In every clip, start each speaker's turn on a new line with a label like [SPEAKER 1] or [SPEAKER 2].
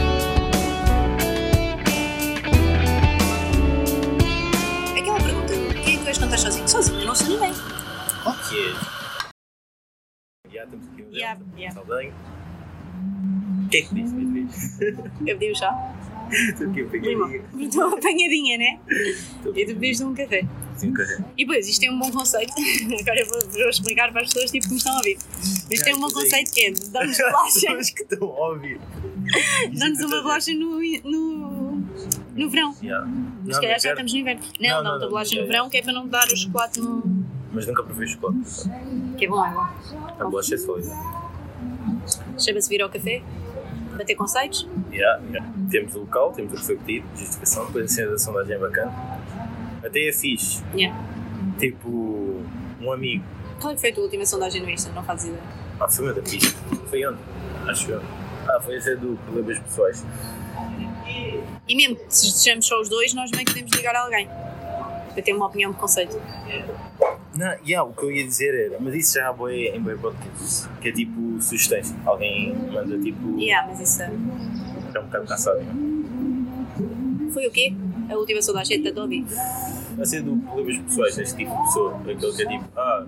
[SPEAKER 1] É
[SPEAKER 2] que. Já temos aqui um
[SPEAKER 1] Yeah,
[SPEAKER 2] deles,
[SPEAKER 1] yeah.
[SPEAKER 2] só bem. O que é que diz, Beatriz?
[SPEAKER 1] Eu pedi o chá.
[SPEAKER 2] Estou aqui a
[SPEAKER 1] Limão.
[SPEAKER 2] pegar.
[SPEAKER 1] Estou apanhadinha, né? E tu pediste um café.
[SPEAKER 2] Sim, correto.
[SPEAKER 1] E pois, isto tem um bom conceito. Agora eu vou, vou explicar para as pessoas tipo, que me estão a ouvir. Mas isto tem um bom
[SPEAKER 2] Sim.
[SPEAKER 1] conceito que é damos bolacha,
[SPEAKER 2] Pessoas que estão a ouvir.
[SPEAKER 1] damos uma bolacha no, no, no verão.
[SPEAKER 2] Yeah. Não,
[SPEAKER 1] Se calhar
[SPEAKER 2] no
[SPEAKER 1] já
[SPEAKER 2] inverno,
[SPEAKER 1] estamos no inverno.
[SPEAKER 2] Não,
[SPEAKER 1] Não,
[SPEAKER 2] não,
[SPEAKER 1] não, da
[SPEAKER 2] não,
[SPEAKER 1] bolacha
[SPEAKER 2] já,
[SPEAKER 1] no
[SPEAKER 2] já.
[SPEAKER 1] verão, que é para não dar o chocolate no.
[SPEAKER 2] Mas nunca provei chocolate.
[SPEAKER 1] Que é bom, é bom.
[SPEAKER 2] A bolacha é sólida.
[SPEAKER 1] Chama-se vir ao café, bater conceitos.
[SPEAKER 2] Yeah, yeah. Temos o local, temos o que foi pedido, justificação, depois a cena da sondagem é bacana. Até é fixe,
[SPEAKER 1] Yeah.
[SPEAKER 2] tipo, um amigo,
[SPEAKER 1] Qual é que foi a tua última sondagem no Insta? Não fazes ideia.
[SPEAKER 2] ah, foi uma da pista, foi onde? Acho eu. Ah, foi essa do problemas pessoais.
[SPEAKER 1] E mesmo se estejamos só os dois, nós bem podemos ligar a alguém para ter uma opinião de conceito.
[SPEAKER 2] Não, yeah, o que eu ia dizer era, mas isso já é há boi em boi podcast, que é tipo sugestões. Alguém manda tipo,
[SPEAKER 1] Yeah, mas isso é-
[SPEAKER 2] é um bocado cansado. não
[SPEAKER 1] foi o quê? A última sondagem da Dobby.
[SPEAKER 2] é? A cena do problemas pessoais, este tipo de pessoa, aquele que é tipo, ah,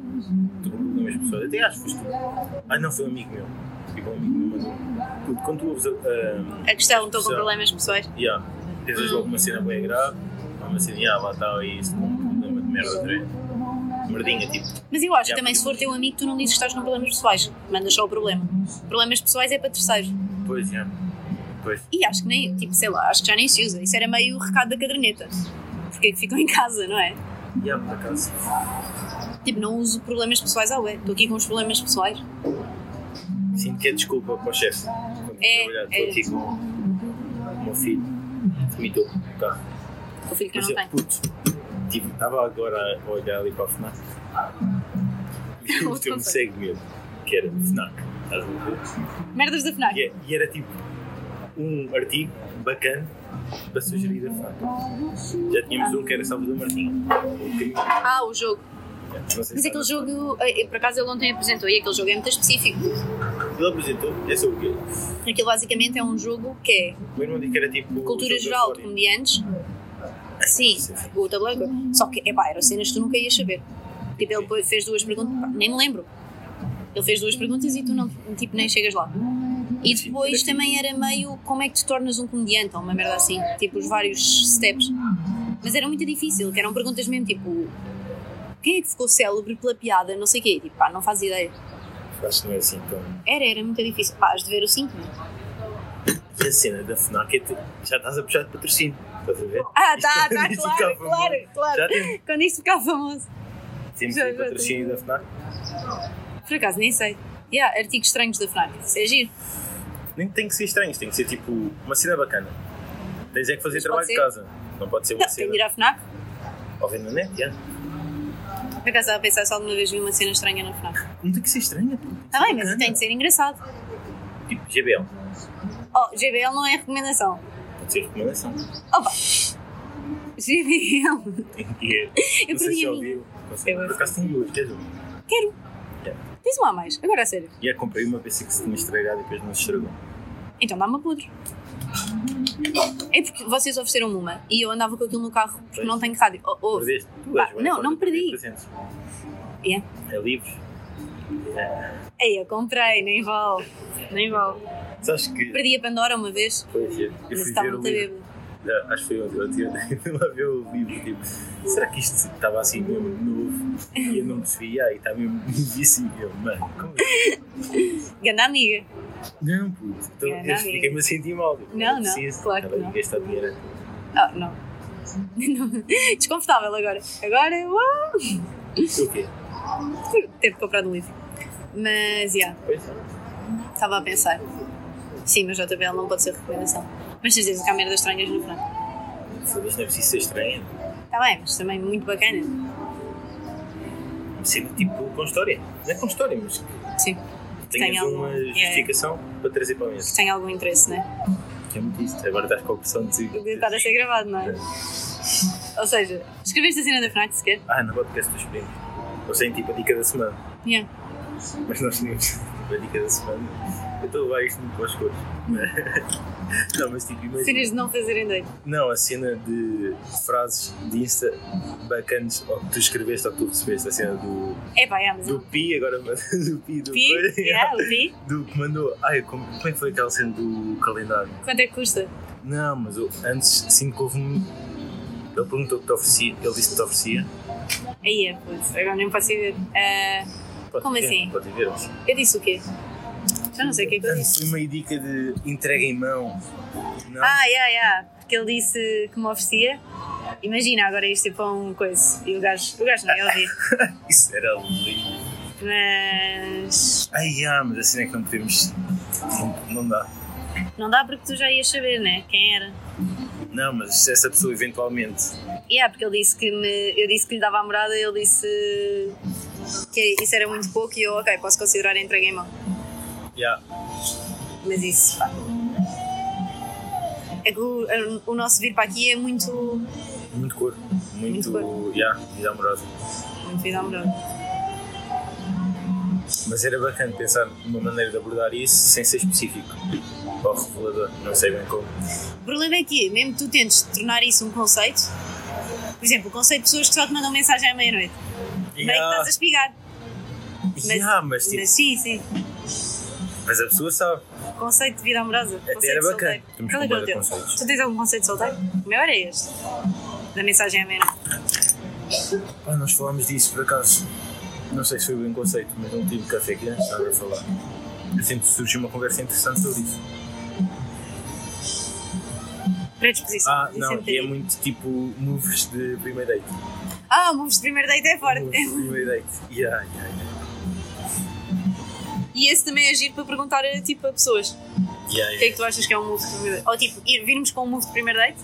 [SPEAKER 2] tu com problemas pessoais, até acho que foste tu. Ah, não, foi um amigo meu. Tipo, um amigo meu mandou. Puto, Quando tu ouves a. a-
[SPEAKER 1] A questão, estou com
[SPEAKER 2] Sim.
[SPEAKER 1] problemas pessoais.
[SPEAKER 2] Yeah. Pensas logo uma cena bem grave, uma cena, ah, lá está aí isso, um problema de merda outra vez. Merdinha, tipo.
[SPEAKER 1] Mas eu acho
[SPEAKER 2] Já,
[SPEAKER 1] que também,
[SPEAKER 2] porque-
[SPEAKER 1] se for teu amigo, tu não dizes que estás com problemas pessoais. Mandas só o problema. Problemas pessoais é para terceiros.
[SPEAKER 2] Pois, já. Pois.
[SPEAKER 1] E acho que nem, tipo, sei lá, acho que já nem se usa. Isso era meio o recado da caderneta. Porque é que ficam em casa, não é?
[SPEAKER 2] Já, por acaso.
[SPEAKER 1] Tipo, não uso problemas pessoais ao web. Estou aqui com os problemas pessoais.
[SPEAKER 2] Sinto que é desculpa para o chefe.
[SPEAKER 1] É,
[SPEAKER 2] Trabalhar,
[SPEAKER 1] é.
[SPEAKER 2] Estou aqui com o meu filho. Vomitou. Tá.
[SPEAKER 1] O filho que eu
[SPEAKER 2] Mas
[SPEAKER 1] não
[SPEAKER 2] eu,
[SPEAKER 1] tenho.
[SPEAKER 2] puto, tipo, estava agora a olhar ali para a FNAC. é Vi o
[SPEAKER 1] Outro
[SPEAKER 2] filme
[SPEAKER 1] conceito.
[SPEAKER 2] Segmento, que era FNAC. Estás a ver?
[SPEAKER 1] Merdas da FNAC.
[SPEAKER 2] E, é- e era tipo um artigo bacana para sugerir a FNAC. Já tínhamos um que era Salvador Martinho. O caminho-
[SPEAKER 1] Ah, o jogo.
[SPEAKER 2] não sei
[SPEAKER 1] Mas
[SPEAKER 2] se
[SPEAKER 1] aquele
[SPEAKER 2] sabe.
[SPEAKER 1] jogo, eh, por acaso ele ontem apresentou, e aquele jogo é muito específico.
[SPEAKER 2] Ele apresentou, é sobre o quê?
[SPEAKER 1] Aquilo basicamente é um jogo que é
[SPEAKER 2] O meu irmão disse que era tipo.
[SPEAKER 1] cultura
[SPEAKER 2] jogo
[SPEAKER 1] geral de
[SPEAKER 2] da memória.
[SPEAKER 1] comediantes. Sim, o tabuleiro. Só que, epá, eram cenas que tu nunca ias saber. Tipo, ele pô- fez duas perguntas, pá, nem me lembro. Ele fez duas perguntas e tu não, tipo, nem chegas lá. E
[SPEAKER 2] Sim,
[SPEAKER 1] depois
[SPEAKER 2] era
[SPEAKER 1] também era meio como é que te tornas um comediante ou uma merda assim, tipo os vários steps. Mas era muito difícil, que eram perguntas mesmo tipo quem é que ficou célebre pela piada, não sei o quê, tipo pá, não faz ideia.
[SPEAKER 2] Acho que não é assim tão.
[SPEAKER 1] Era, era muito difícil. Pá, has de ver o 5,
[SPEAKER 2] E a cena da FNAC é tipo, já estás a puxar de patrocínio. Estás a ver?
[SPEAKER 1] Ah, tá,
[SPEAKER 2] Isto-
[SPEAKER 1] tá,
[SPEAKER 2] isto
[SPEAKER 1] claro,
[SPEAKER 2] acaba
[SPEAKER 1] claro,
[SPEAKER 2] muito.
[SPEAKER 1] claro.
[SPEAKER 2] Já temos,
[SPEAKER 1] Quando isto ficar famoso.
[SPEAKER 2] temos
[SPEAKER 1] Já-
[SPEAKER 2] o
[SPEAKER 1] já tem.
[SPEAKER 2] patrocínio da FNAC.
[SPEAKER 1] Por acaso, nem sei. Yeah, artigos estranhos da FNAC. Isso é giro.
[SPEAKER 2] Nem tem que ser estranhos, tem que ser tipo uma cena bacana. Tens é que fazer
[SPEAKER 1] Mas
[SPEAKER 2] trabalho
[SPEAKER 1] pode
[SPEAKER 2] de
[SPEAKER 1] ser.
[SPEAKER 2] casa. Não pode ser uma
[SPEAKER 1] Não, tem de ir
[SPEAKER 2] cena.
[SPEAKER 1] à FNAC.
[SPEAKER 2] Ao vendo na net, já.
[SPEAKER 1] Por acaso, estava a pensar se alguma vez vi uma cena estranha na FNAC.
[SPEAKER 2] Não tem que ser estranha. pô. que
[SPEAKER 1] Está
[SPEAKER 2] ser
[SPEAKER 1] Tá bem, mas
[SPEAKER 2] bacana.
[SPEAKER 1] tem de ser engraçado.
[SPEAKER 2] Tipo, GBL.
[SPEAKER 1] Oh, GBL não é recomendação.
[SPEAKER 2] Pode ser recomendação.
[SPEAKER 1] Opa! GBL.
[SPEAKER 2] E é-
[SPEAKER 1] Eu perdi
[SPEAKER 2] não sei se
[SPEAKER 1] a
[SPEAKER 2] já
[SPEAKER 1] minha.
[SPEAKER 2] ouviu. Não sei.
[SPEAKER 1] Eu
[SPEAKER 2] Por
[SPEAKER 1] gosto.
[SPEAKER 2] acaso tem duas, queres uma?
[SPEAKER 1] Quero. Diz uma um a mais. Agora a sério.
[SPEAKER 2] E é, comprei uma, pensei que se tinha estragado e depois não se estragou.
[SPEAKER 1] Então dá-me a podre. É porque vocês ofereceram uma e eu andava com aquilo no carro porque
[SPEAKER 2] Pois.
[SPEAKER 1] não tenho rádio. Oh, oh.
[SPEAKER 2] Perdeste? Tu
[SPEAKER 1] Pá,
[SPEAKER 2] és bem
[SPEAKER 1] não,
[SPEAKER 2] forte,
[SPEAKER 1] não perdi.
[SPEAKER 2] presentes.
[SPEAKER 1] Yeah.
[SPEAKER 2] É livre.
[SPEAKER 1] Ei, eu comprei, nem vale. Nem vale.
[SPEAKER 2] Sabes que.
[SPEAKER 1] Perdi a Pandora uma vez.
[SPEAKER 2] Pois é, eu
[SPEAKER 1] Mas
[SPEAKER 2] fui
[SPEAKER 1] estava
[SPEAKER 2] ver o
[SPEAKER 1] muito a
[SPEAKER 2] livro.
[SPEAKER 1] bêbado.
[SPEAKER 2] Ah, acho que foi ontem, ontem eu fui lá ver o livro. Tipo, será que isto estava assim mesmo novo? E eu não percebi, ah, e está mesmo novíssimo. E Eu, mano, como é?
[SPEAKER 1] Grande amiga.
[SPEAKER 2] Não, puto. Então,
[SPEAKER 1] Yeah,
[SPEAKER 2] eu
[SPEAKER 1] É, não,
[SPEAKER 2] fiquei-me a sentir mal. Tipo,
[SPEAKER 1] Não, não,
[SPEAKER 2] preciso.
[SPEAKER 1] claro que
[SPEAKER 2] Estava a
[SPEAKER 1] não.
[SPEAKER 2] gastar dinheiro.
[SPEAKER 1] Ah, não. Não. Desconfortável agora. Agora, uau,
[SPEAKER 2] O quê?
[SPEAKER 1] por ter comprado um livro. Mas, já,
[SPEAKER 2] Pois
[SPEAKER 1] estava a pensar. Sim, mas JBL não pode ser recomendação. Mas vocês dizem que há merdas estranhas no frango.
[SPEAKER 2] Foda-se, não é preciso ser estranho.
[SPEAKER 1] Está bem, mas também muito bacana.
[SPEAKER 2] Sempre tipo com história. Não é com história, mas que
[SPEAKER 1] Sim. Que
[SPEAKER 2] tenhas
[SPEAKER 1] tenha algum- é.
[SPEAKER 2] uma
[SPEAKER 1] yeah.
[SPEAKER 2] justificação para trazer para a mesa.
[SPEAKER 1] Que tem algum interesse, né?
[SPEAKER 2] Que é muito isto. Agora estás com a opção de
[SPEAKER 1] De
[SPEAKER 2] dizer.
[SPEAKER 1] estar a ser gravado, não é?
[SPEAKER 2] É.
[SPEAKER 1] Ou seja, escreveste a cena da FNAC sequer?
[SPEAKER 2] Ah, no podcast dos primos. Eu sei tipo a dica da semana.
[SPEAKER 1] Yeah.
[SPEAKER 2] Mas nós tínhamos a dica da semana. Eu estou a levar isto muito para as cores. Não, mas tipo, imagina.
[SPEAKER 1] Cenas de não fazerem doido.
[SPEAKER 2] Não, a cena de frases de Insta bacanas ou que tu escreveste ou que tu recebeste, a cena do,
[SPEAKER 1] É pá, é Amazon.
[SPEAKER 2] do Pi, agora do Pi, do
[SPEAKER 1] Pi?
[SPEAKER 2] coisa,
[SPEAKER 1] Yeah, o Pi?
[SPEAKER 2] do que mandou. Ai, como, como é que foi aquela cena do calendário?
[SPEAKER 1] Quanto é que custa?
[SPEAKER 2] Não, mas eu, antes sinto que houve um. Ele perguntou que te oferecia, ele disse que te oferecia.
[SPEAKER 1] Aí é, putz, agora nem posso ver. Ah,
[SPEAKER 2] Pode
[SPEAKER 1] Como
[SPEAKER 2] ver,
[SPEAKER 1] assim?
[SPEAKER 2] Pode ver.
[SPEAKER 1] eu disse o quê? Já não sei o que é que eu disse.
[SPEAKER 2] Antes foi uma dica de entrega em mão. Não?
[SPEAKER 1] Ah, yeah, yeah. Porque ele disse que me oferecia. Imagina agora isto ir para um coisa. E o gajo, o gajo não ia ouvir.
[SPEAKER 2] Isso era lindo.
[SPEAKER 1] Mas
[SPEAKER 2] Ai, ah, mas assim é que não podemos. Não, não dá.
[SPEAKER 1] não dá porque tu já ias saber, né? Quem era.
[SPEAKER 2] Não, mas se essa pessoa eventualmente.
[SPEAKER 1] Yeah, porque ele disse que me, eu disse que lhe dava a morada, ele disse que isso era muito pouco e eu, ok, posso considerar a entrega em mão.
[SPEAKER 2] Yeah.
[SPEAKER 1] Mas isso, pá. É que o, o nosso vir para aqui é muito.
[SPEAKER 2] Muito cor. Muito.
[SPEAKER 1] Muito cor.
[SPEAKER 2] Yeah, vida amorosa.
[SPEAKER 1] muito vida amorosa.
[SPEAKER 2] Mas era bacana pensar numa maneira de abordar isso sem ser específico. Ou revelador, não sei bem como.
[SPEAKER 1] O problema é que, mesmo que tu tentes tornar isso um conceito, por exemplo, o conceito de pessoas que só te mandam mensagem à meia-noite, bem que estás a espigar.
[SPEAKER 2] mas, yeah, mas, tipo,
[SPEAKER 1] mas sim, sim.
[SPEAKER 2] mas a pessoa sabe.
[SPEAKER 1] Conceito de vida amorosa. Conceito
[SPEAKER 2] era
[SPEAKER 1] de
[SPEAKER 2] bacana.
[SPEAKER 1] solteiro.
[SPEAKER 2] Temos
[SPEAKER 1] Qual é que é o
[SPEAKER 2] que
[SPEAKER 1] teu?
[SPEAKER 2] mudar de conceitos.
[SPEAKER 1] Tu tens algum conceito de solteiro? O meu era este. Da mensagem à meia-noite.
[SPEAKER 2] Ah, nós falámos disso por acaso. Não sei se foi bem conceito, mas não tive café que antes nada a falar. E sempre surgiu uma conversa interessante sobre isso.
[SPEAKER 1] Predisposição.
[SPEAKER 2] Ah,
[SPEAKER 1] Isso
[SPEAKER 2] não,
[SPEAKER 1] sempre
[SPEAKER 2] e é
[SPEAKER 1] digo.
[SPEAKER 2] muito tipo moves de primeiro date.
[SPEAKER 1] Ah, o moves de primeiro date é forte.
[SPEAKER 2] Moves de primeiro date. Yeah, yeah, yeah.
[SPEAKER 1] E esse também é giro para perguntar tipo, a pessoas. O
[SPEAKER 2] Yeah,
[SPEAKER 1] que é
[SPEAKER 2] yeah.
[SPEAKER 1] que tu achas que é um move de primeiro date? Ou tipo, ir, virmos com um move de primeiro date?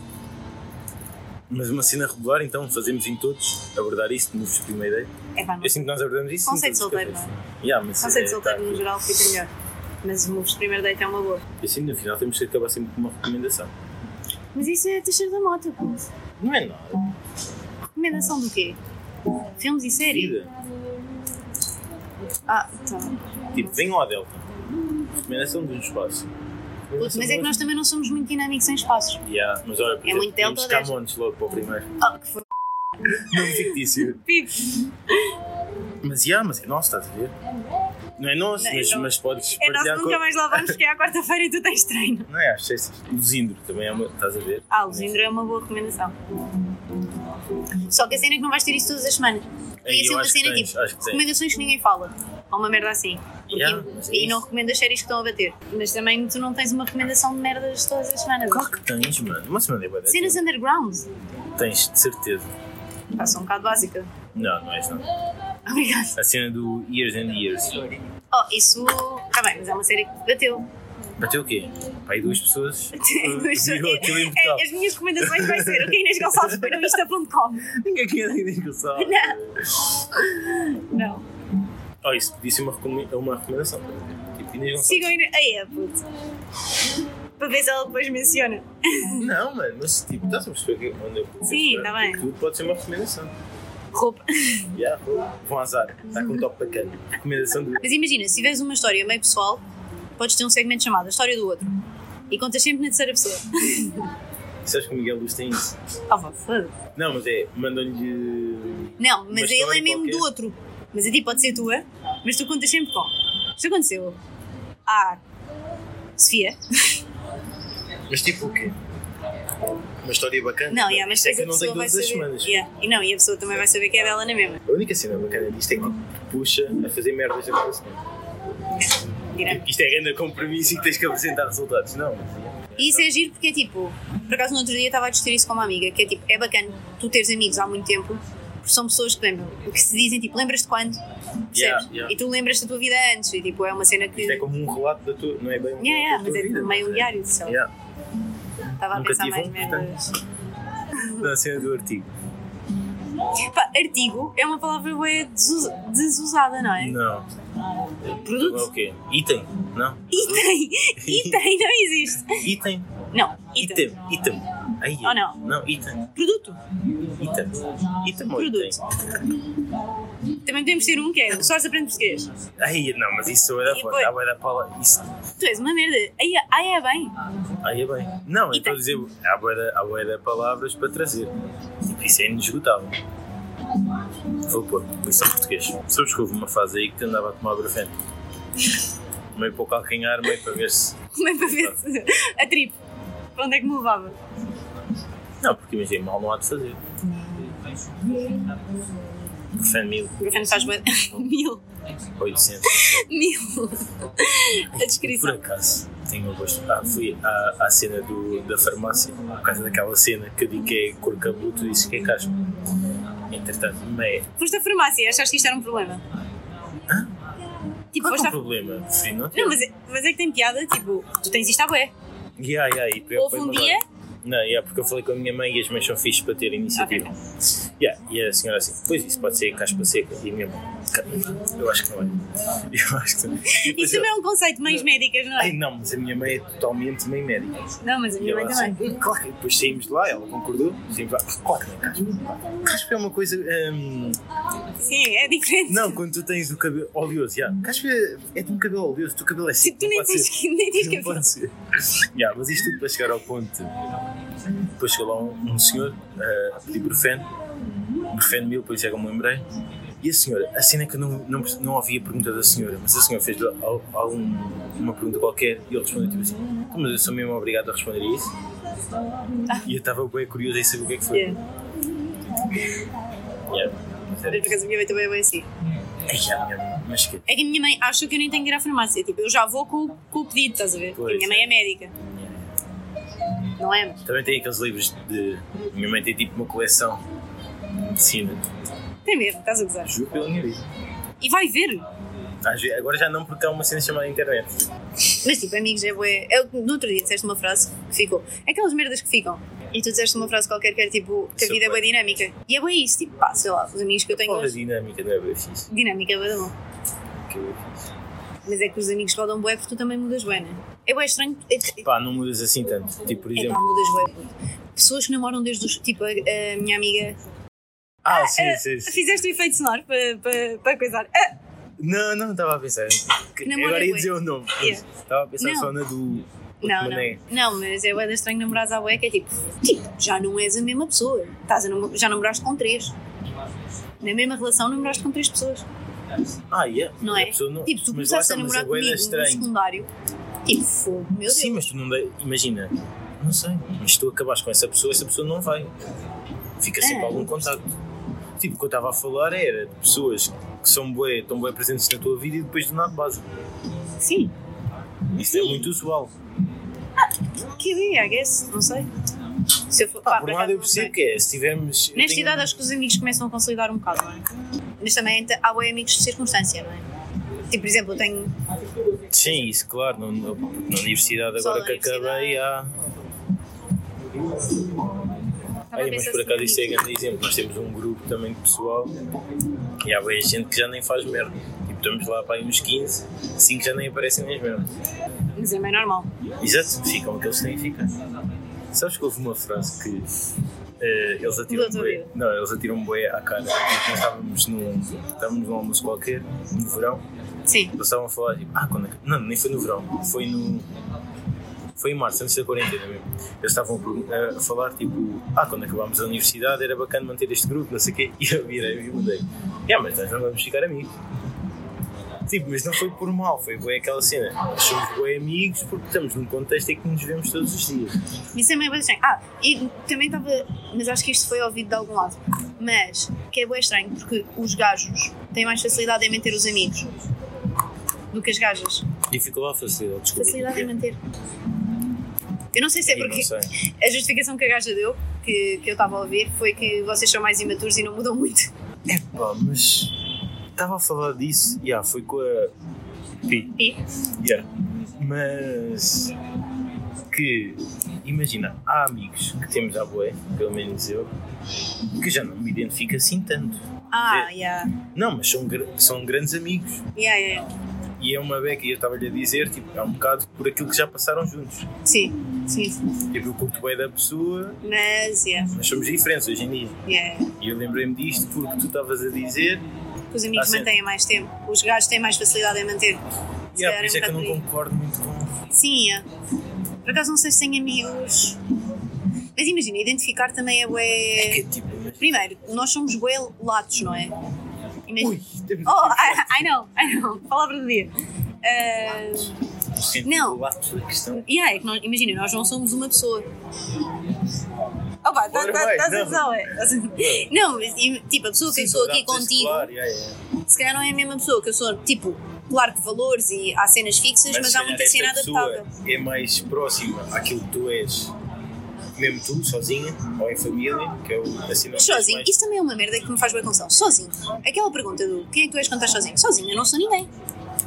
[SPEAKER 2] Mas uma cena regular, então, fazemos em todos, abordar isso, de moves de primeiro date.
[SPEAKER 1] É pá, não.
[SPEAKER 2] Eu sinto que nós abordamos isso. em
[SPEAKER 1] Conceito
[SPEAKER 2] todos os
[SPEAKER 1] solteiro, é?
[SPEAKER 2] cafés. Yeah, mas
[SPEAKER 1] Conceito de
[SPEAKER 2] é,
[SPEAKER 1] solteiro
[SPEAKER 2] tá.
[SPEAKER 1] no geral fica melhor. Mas o moves de primeiro date é uma boa.
[SPEAKER 2] E assim, no final, temos que acabar sempre com uma recomendação.
[SPEAKER 1] Mas isso é terceiro da moto, pô.
[SPEAKER 2] Não é nada.
[SPEAKER 1] Recomendação do quê? Filmes e séries?
[SPEAKER 2] Vida.
[SPEAKER 1] Ah, tá.
[SPEAKER 2] Tipo, venham ao Delta. Recomendação de um espaço. um
[SPEAKER 1] Puto, mas é que nós também não somos muito dinâmicos em espaços.
[SPEAKER 2] Yeah, mas olha, por
[SPEAKER 1] É
[SPEAKER 2] exemplo,
[SPEAKER 1] muito Delta
[SPEAKER 2] vamos
[SPEAKER 1] ou Delta?
[SPEAKER 2] Camões logo para o primeiro.
[SPEAKER 1] Ah, que foi.
[SPEAKER 2] Não fictício.
[SPEAKER 1] Pipos.
[SPEAKER 2] Mas yeah, mas é nosso, estás a ver? Não é nosso,
[SPEAKER 1] Não, é
[SPEAKER 2] mas,
[SPEAKER 1] não.
[SPEAKER 2] mas podes
[SPEAKER 1] É nós
[SPEAKER 2] partilhar
[SPEAKER 1] nunca mais lá vamos, porque é à quarta-feira e tu tens treino.
[SPEAKER 2] Não é às sextas. O Zindro também é uma. Estás a ver?
[SPEAKER 1] Ah, o Zindro é uma boa recomendação. Só que a cena é que não vais ter isso todas as semanas. Tem
[SPEAKER 2] Aí eu
[SPEAKER 1] sempre a
[SPEAKER 2] acho que
[SPEAKER 1] cena
[SPEAKER 2] tens,
[SPEAKER 1] tipo,
[SPEAKER 2] acho que tens.
[SPEAKER 1] recomendações que ninguém fala. Ou uma merda assim. Porque-
[SPEAKER 2] Yeah, mas é
[SPEAKER 1] e não
[SPEAKER 2] isso.
[SPEAKER 1] recomendo as séries que estão a bater. Mas também tu não tens uma recomendação de merdas todas as semanas.
[SPEAKER 2] Claro que tens, mano. Uma semana é boa.
[SPEAKER 1] Cenas underground.
[SPEAKER 2] Tens, de certeza.
[SPEAKER 1] Pá, sou um bocado básica.
[SPEAKER 2] Não, não és não.
[SPEAKER 1] Obrigada.
[SPEAKER 2] A cena do Years and Years.
[SPEAKER 1] Oh, isso. Tá bem, mas é uma série que bateu.
[SPEAKER 2] Bateu o quê? Para aí duas pessoas.
[SPEAKER 1] Mas,
[SPEAKER 2] eh, viram aquilo em
[SPEAKER 1] é,
[SPEAKER 2] Portugal.
[SPEAKER 1] as minhas recomendações vai ser o que a Inês Gonçalves foi no Insta.com.
[SPEAKER 2] Ninguém aqui é discussão.
[SPEAKER 1] Não.
[SPEAKER 2] Oh, isso podia ser uma, recome- uma recomendação. Tipo, Inês Gonçalves.
[SPEAKER 1] Sigam a Inês. Aí é, puto. Para ver se ela depois menciona.
[SPEAKER 2] Não, mano, mas tipo, estás a perceber que- onde eu vou
[SPEAKER 1] Sim,
[SPEAKER 2] procurar?
[SPEAKER 1] tá bem.
[SPEAKER 2] Tudo pode ser uma recomendação.
[SPEAKER 1] Roupa.
[SPEAKER 2] Yeah, pô, vão azar, está com um top bacana. Recomendação do.
[SPEAKER 1] Mas imagina, se tiveres uma história meio pessoal, podes ter um segmento chamado A História do Outro. E contas sempre na terceira pessoa.
[SPEAKER 2] Sabes que o Miguel Luz tem isso?
[SPEAKER 1] Ah, vá, foda-se.
[SPEAKER 2] Não, mas é, mandam-lhe.
[SPEAKER 1] Não,
[SPEAKER 2] Uma
[SPEAKER 1] mas ele é
[SPEAKER 2] história
[SPEAKER 1] mesmo do
[SPEAKER 2] qualquer.
[SPEAKER 1] outro. Mas a ti pode ser tua, mas tu contas sempre com. Isto aconteceu à Sofia.
[SPEAKER 2] Mas tipo o quê? Uma história bacana?
[SPEAKER 1] Não, yeah, mas
[SPEAKER 2] Isso é
[SPEAKER 1] depois
[SPEAKER 2] que
[SPEAKER 1] a
[SPEAKER 2] eu não tenho
[SPEAKER 1] pessoa vai
[SPEAKER 2] todas as
[SPEAKER 1] saber.
[SPEAKER 2] semanas.
[SPEAKER 1] Yeah. E não, e a pessoa também vai saber que é dela na mesma.
[SPEAKER 2] A única cena bacana disto é que te puxa a fazer merdas da tua semana.
[SPEAKER 1] Dirá.
[SPEAKER 2] Isto é grande compromisso e que tens que apresentar resultados. Não, mas. yeah.
[SPEAKER 1] E isso é giro porque é tipo, por acaso no outro dia estava a discutir isso com uma amiga, que é tipo, é bacana tu teres amigos há muito tempo, porque são pessoas que lembram, o que se dizem, tipo, lembras-te quando? Percebes?
[SPEAKER 2] Yeah, yeah.
[SPEAKER 1] E tu lembras da tua vida antes, e tipo, é uma cena que.
[SPEAKER 2] Isto é como um relato da tua. Não é bem um
[SPEAKER 1] Yeah, yeah,
[SPEAKER 2] relato da
[SPEAKER 1] mas
[SPEAKER 2] tua
[SPEAKER 1] é
[SPEAKER 2] vida,
[SPEAKER 1] meio um
[SPEAKER 2] mas é.
[SPEAKER 1] diário, sei lá.
[SPEAKER 2] Yeah.
[SPEAKER 1] Estava a
[SPEAKER 2] Nunca
[SPEAKER 1] pensar
[SPEAKER 2] tive
[SPEAKER 1] mais
[SPEAKER 2] um,
[SPEAKER 1] merdas.
[SPEAKER 2] Da cena do artigo.
[SPEAKER 1] Pá, artigo é uma palavra bué desu- desusada, não é?
[SPEAKER 2] Não. Não é o
[SPEAKER 1] Produto?
[SPEAKER 2] quê? Item? Não?
[SPEAKER 1] Item! Item não existe!
[SPEAKER 2] Item?
[SPEAKER 1] Não, item.
[SPEAKER 2] Item. Item. Aí,
[SPEAKER 1] Ou não?
[SPEAKER 2] Não, Ethan.
[SPEAKER 1] Produto.
[SPEAKER 2] Ethan. Ethan ou
[SPEAKER 1] Produto.
[SPEAKER 2] Ethan?
[SPEAKER 1] Também podemos ter um que é só se aprende português.
[SPEAKER 2] Aí, não, mas isso era
[SPEAKER 1] E
[SPEAKER 2] fora.
[SPEAKER 1] foi.
[SPEAKER 2] Ah, era Paula. Isso.
[SPEAKER 1] Tu és uma merda. Aí, aí é bem.
[SPEAKER 2] Aí é bem. Não, eu
[SPEAKER 1] Ethan.
[SPEAKER 2] estou a dizer, há boia, há bué de palavras para trazer. Tipo, isso é inesgotável. Vou pôr, lição de português. Sabes que houve uma fase aí que te andava a tomar grafeno. Meio para o calcanhar, meio para ver se.
[SPEAKER 1] Como é para ver se a trip? Para onde é que me levava?
[SPEAKER 2] Não, porque imagina, mal não há de fazer. Grafeno mil,
[SPEAKER 1] O grafeno faz bué- mil.
[SPEAKER 2] oitocentos.
[SPEAKER 1] Mil. A
[SPEAKER 2] Por
[SPEAKER 1] descrição.
[SPEAKER 2] acaso, tenho um gosto. Ah, fui à, à cena do, da farmácia, por causa daquela cena que eu digo que é cor cabuto e isso que é casco. Entretanto, é meia.
[SPEAKER 1] Foste à farmácia e achaste que isto era um problema? Tipo,
[SPEAKER 2] Qual é que
[SPEAKER 1] foste
[SPEAKER 2] é o
[SPEAKER 1] à...
[SPEAKER 2] problema? Prefiro não ter.
[SPEAKER 1] Não, mas é, mas é que tem piada, tipo, tu tens isto à bué.
[SPEAKER 2] Yeah, yeah, e
[SPEAKER 1] Houve um
[SPEAKER 2] preocupa-me
[SPEAKER 1] dia,
[SPEAKER 2] agora. Não, yeah, porque eu falei com a minha mãe e as mães são fixas para ter iniciativa.
[SPEAKER 1] Ok.
[SPEAKER 2] Yeah, e a senhora assim, pois isso pode ser caspa seca. E a minha mãe, "Cara, eu acho que não é. Eu acho que não. E depois
[SPEAKER 1] isto
[SPEAKER 2] eu,
[SPEAKER 1] também é um conceito de mães médicas, não
[SPEAKER 2] Ai,
[SPEAKER 1] é?
[SPEAKER 2] não, mas a minha mãe é totalmente mãe médica.
[SPEAKER 1] Não, mas a
[SPEAKER 2] E
[SPEAKER 1] minha
[SPEAKER 2] ela
[SPEAKER 1] mãe também.
[SPEAKER 2] assim, "Hum, claro que depois saímos de lá, ela concordou. Saímos de lá, claro que não é
[SPEAKER 1] Uhum.
[SPEAKER 2] caspa. Caspa é uma coisa. hum,
[SPEAKER 1] Sim, é diferente.
[SPEAKER 2] não, quando tu tens o cabelo oleoso, yeah. caspa é, é de um cabelo oleoso, o teu cabelo é
[SPEAKER 1] Tipo,
[SPEAKER 2] seco.
[SPEAKER 1] Hum. tu
[SPEAKER 2] não
[SPEAKER 1] nem
[SPEAKER 2] pode ser.
[SPEAKER 1] tens que, nem tens
[SPEAKER 2] Não
[SPEAKER 1] que
[SPEAKER 2] pode ser. Yeah, mas isto tudo para chegar ao ponto. Depois chegou lá um, um senhor eh, a pedir brufeno, brufeno mil, por isso é que eu me lembrei. E a senhora, a cena é que eu não, não, não ouvi a pergunta da senhora, mas a senhora fez-lhe al- algum- uma pergunta qualquer e ele respondeu tipo assim: "Então, Mas eu sou mesmo obrigado a responder a isso? E eu estava bem curioso em saber o que é que foi.
[SPEAKER 1] Ah. Yeah.
[SPEAKER 2] Yeah, mas era
[SPEAKER 1] Por
[SPEAKER 2] isso.
[SPEAKER 1] acaso a minha mãe também é bem assim.
[SPEAKER 2] Ai, já, minha- Mas que.
[SPEAKER 1] É que a minha mãe acha que eu nem tenho que ir à farmácia. Tipo, eu já vou com, o- com o pedido, estás a ver? Porque
[SPEAKER 2] Pois,
[SPEAKER 1] a minha mãe é médica. Não é?
[SPEAKER 2] Também tem aqueles livros de. Minha mãe tem tipo uma coleção de medicina.
[SPEAKER 1] Tem mesmo, estás a gozar.
[SPEAKER 2] Juro pela minha vida.
[SPEAKER 1] E vai ver.
[SPEAKER 2] Às vezes- agora já não, porque há uma cena chamada internet.
[SPEAKER 1] Mas tipo, amigos é bué. Eu, no outro dia disseste uma frase que ficou. Aquelas merdas que ficam. E tu disseste uma frase qualquer que era tipo, que a
[SPEAKER 2] Isso é
[SPEAKER 1] vida é bué
[SPEAKER 2] bué.
[SPEAKER 1] dinâmica. E é bué isso, tipo, pá, sei lá, os amigos que eu tenho
[SPEAKER 2] Fala
[SPEAKER 1] hoje.
[SPEAKER 2] dinâmica, não é bem fixe.
[SPEAKER 1] Dinâmica é bué da bom.
[SPEAKER 2] Que é bué fixe.
[SPEAKER 1] Mas é que os amigos rodam bué porque tu também mudas bué, né? É bué estranho. É, é,
[SPEAKER 2] Pá, não mudas assim tanto. Tipo, por
[SPEAKER 1] é pá,
[SPEAKER 2] exemplo.
[SPEAKER 1] mudas bué. puto. Pessoas que namoram desde os. Tipo, a, a minha amiga.
[SPEAKER 2] Ah, sim,
[SPEAKER 1] eh,
[SPEAKER 2] sim, sim.
[SPEAKER 1] Fizeste o efeito sonoro para, para, para coisar. Ah,
[SPEAKER 2] Não, não, estava a pensar. Que-
[SPEAKER 1] namoro
[SPEAKER 2] Agora
[SPEAKER 1] é
[SPEAKER 2] ia
[SPEAKER 1] bué.
[SPEAKER 2] dizer o nome. mas
[SPEAKER 1] Yeah.
[SPEAKER 2] Estava a pensar
[SPEAKER 1] Não.
[SPEAKER 2] só na do.
[SPEAKER 1] Não,
[SPEAKER 2] Mané.
[SPEAKER 1] não. Não, mas é bué da estranho namorares à bué que é tipo, tipo, já não és a mesma pessoa. Estás a namo- já namoraste com três. Na mesma relação namoraste com três pessoas,
[SPEAKER 2] Ah, yeah.
[SPEAKER 1] não
[SPEAKER 2] A
[SPEAKER 1] é?
[SPEAKER 2] pessoa não-
[SPEAKER 1] Tipo, tu
[SPEAKER 2] mas lá
[SPEAKER 1] começaste
[SPEAKER 2] está,
[SPEAKER 1] a
[SPEAKER 2] mas
[SPEAKER 1] namorar
[SPEAKER 2] bué
[SPEAKER 1] comigo no
[SPEAKER 2] estranho.
[SPEAKER 1] secundário. Tipo, fogo, meu Deus.
[SPEAKER 2] Sim, mas tu não. dei- Imagina. Não sei. Mas tu acabaste com essa pessoa, essa pessoa não vai. Fica sempre
[SPEAKER 1] Ah.
[SPEAKER 2] algum contacto. Tipo, o que eu estava a falar era de pessoas que são bué, estão bué presentes na tua vida e depois do nada base.
[SPEAKER 1] Sim.
[SPEAKER 2] Isso é
[SPEAKER 1] Sim.
[SPEAKER 2] muito usual.
[SPEAKER 1] Que dia, I guess, não sei. Se eu for,
[SPEAKER 2] Pá,
[SPEAKER 1] pá,
[SPEAKER 2] por
[SPEAKER 1] por
[SPEAKER 2] um
[SPEAKER 1] acaso
[SPEAKER 2] lado eu
[SPEAKER 1] não sei.
[SPEAKER 2] percebo que é, se tivermos. eu
[SPEAKER 1] Nesta
[SPEAKER 2] tenho-
[SPEAKER 1] idade acho que os amigos começam a consolidar um bocado, não é? Mas também te- há bué amigos de circunstância, não é? Tipo, por exemplo, eu tenho.
[SPEAKER 2] Sim, isso, claro. no- no- na universidade,
[SPEAKER 1] Só
[SPEAKER 2] agora
[SPEAKER 1] na
[SPEAKER 2] que acabei, há.
[SPEAKER 1] Estava a
[SPEAKER 2] Olha, mas
[SPEAKER 1] pensar
[SPEAKER 2] por
[SPEAKER 1] se
[SPEAKER 2] acaso
[SPEAKER 1] tinha
[SPEAKER 2] isso é
[SPEAKER 1] amigos.
[SPEAKER 2] grande exemplo. Nós temos um grupo também de pessoal e há bem gente que já nem faz merda. Tipo, estamos lá para aí uns 15, 5 já nem aparecem nas merdas.
[SPEAKER 1] Mas é bem normal.
[SPEAKER 2] Exato, ficam aqueles que têm que ficar. Sabes que houve uma frase que eh, eles
[SPEAKER 1] Mudou
[SPEAKER 2] atiram
[SPEAKER 1] a tua
[SPEAKER 2] bué,
[SPEAKER 1] vida.
[SPEAKER 2] não, eles atiram bué à cara. Nós estávamos num, estávamos num almoço qualquer, no verão,
[SPEAKER 1] Sim.
[SPEAKER 2] Eles estavam a falar, tipo, ah, quando é que... Não, nem foi no verão, foi no... Foi em março, antes da quarentena mesmo. Eles estavam a pergun- a, falar, tipo, ah, quando acabámos a universidade era bacana manter este grupo, não sei o quê. E eu virei e mudei. É, mas nós não vamos ficar amigos. Tipo, mas não foi por mal, foi bem aquela cena. Nós somos bem amigos porque estamos num contexto em que nos vemos todos os dias.
[SPEAKER 1] Isso é meio bué estranho. Ah, e também estava. Mas acho que isto foi ouvido de algum lado. Mas que é bem estranho porque os gajos têm mais facilidade em manter os amigos do que as gajas.
[SPEAKER 2] E ficou lá a facilidade, desculpa.
[SPEAKER 1] Facilidade é em
[SPEAKER 2] porque-
[SPEAKER 1] manter. Eu não sei se é
[SPEAKER 2] Eu não
[SPEAKER 1] porque
[SPEAKER 2] sei.
[SPEAKER 1] a justificação que a gaja deu, que, que eu estava a ouvir, foi que vocês são mais imaturos e não mudam muito.
[SPEAKER 2] Pá, mas... Estava a falar disso, já, foi com a... Pi.
[SPEAKER 1] E
[SPEAKER 2] Yeah. Mas que imagina, há amigos que temos à boé, pelo menos eu, que já não me identifico assim tanto.
[SPEAKER 1] Ah,
[SPEAKER 2] Quer dizer,
[SPEAKER 1] yeah.
[SPEAKER 2] Não, mas são, gra- são grandes amigos.
[SPEAKER 1] Yeah, yeah.
[SPEAKER 2] e é uma beca, e eu estava-lhe a dizer, tipo, é um bocado por aquilo que já passaram juntos.
[SPEAKER 1] Sim, sim, sim.
[SPEAKER 2] Tipo, eu curto bem da pessoa,
[SPEAKER 1] Mas, yeah,
[SPEAKER 2] mas somos diferentes hoje em dia.
[SPEAKER 1] yeah.
[SPEAKER 2] E eu lembrei-me disto porque tu estavas a dizer,
[SPEAKER 1] Que Os amigos
[SPEAKER 2] Ah, sim.
[SPEAKER 1] mantêm mais tempo. Os gajos têm mais facilidade em manter. Se
[SPEAKER 2] e yeah,
[SPEAKER 1] calhar
[SPEAKER 2] por isso é que eu
[SPEAKER 1] um
[SPEAKER 2] não
[SPEAKER 1] bocado
[SPEAKER 2] concordo muito com.
[SPEAKER 1] por aí. Sim, yeah. por acaso não sei se têm amigos. Mas imagina, identificar também é
[SPEAKER 2] É que
[SPEAKER 1] bué.
[SPEAKER 2] é tipo, mas-
[SPEAKER 1] Primeiro, nós somos bué latos, não é? Imagina-
[SPEAKER 2] Ui, temos
[SPEAKER 1] Oh, I, I know, I know. Palavra do dia. Ah,
[SPEAKER 2] um sentido
[SPEAKER 1] não.
[SPEAKER 2] lato da questão.
[SPEAKER 1] E yeah, é que nós, imagina, nós não somos uma pessoa. Oh, pá, dá-
[SPEAKER 2] Ora
[SPEAKER 1] dá-
[SPEAKER 2] bem,
[SPEAKER 1] dás
[SPEAKER 2] não.
[SPEAKER 1] atenção, é. Dás- Não, mas, e, tipo, a pessoa que eu sou aqui contigo,
[SPEAKER 2] Claro, yeah, yeah.
[SPEAKER 1] se calhar não é a mesma pessoa que eu sou, tipo, claro que valores e há cenas fixas, mas,
[SPEAKER 2] se
[SPEAKER 1] há
[SPEAKER 2] calhar
[SPEAKER 1] muita
[SPEAKER 2] esta
[SPEAKER 1] cena
[SPEAKER 2] pessoa
[SPEAKER 1] adaptável.
[SPEAKER 2] É mais próxima àquilo que tu és, mesmo tu, sozinha ou em família, que é o assim não
[SPEAKER 1] Mas
[SPEAKER 2] tens
[SPEAKER 1] sozinho,
[SPEAKER 2] mais-
[SPEAKER 1] isso também é uma merda que me faz bem confusão. Sozinho. Aquela pergunta do quem é que tu és quando estás sozinho? Sozinho, eu não sou ninguém.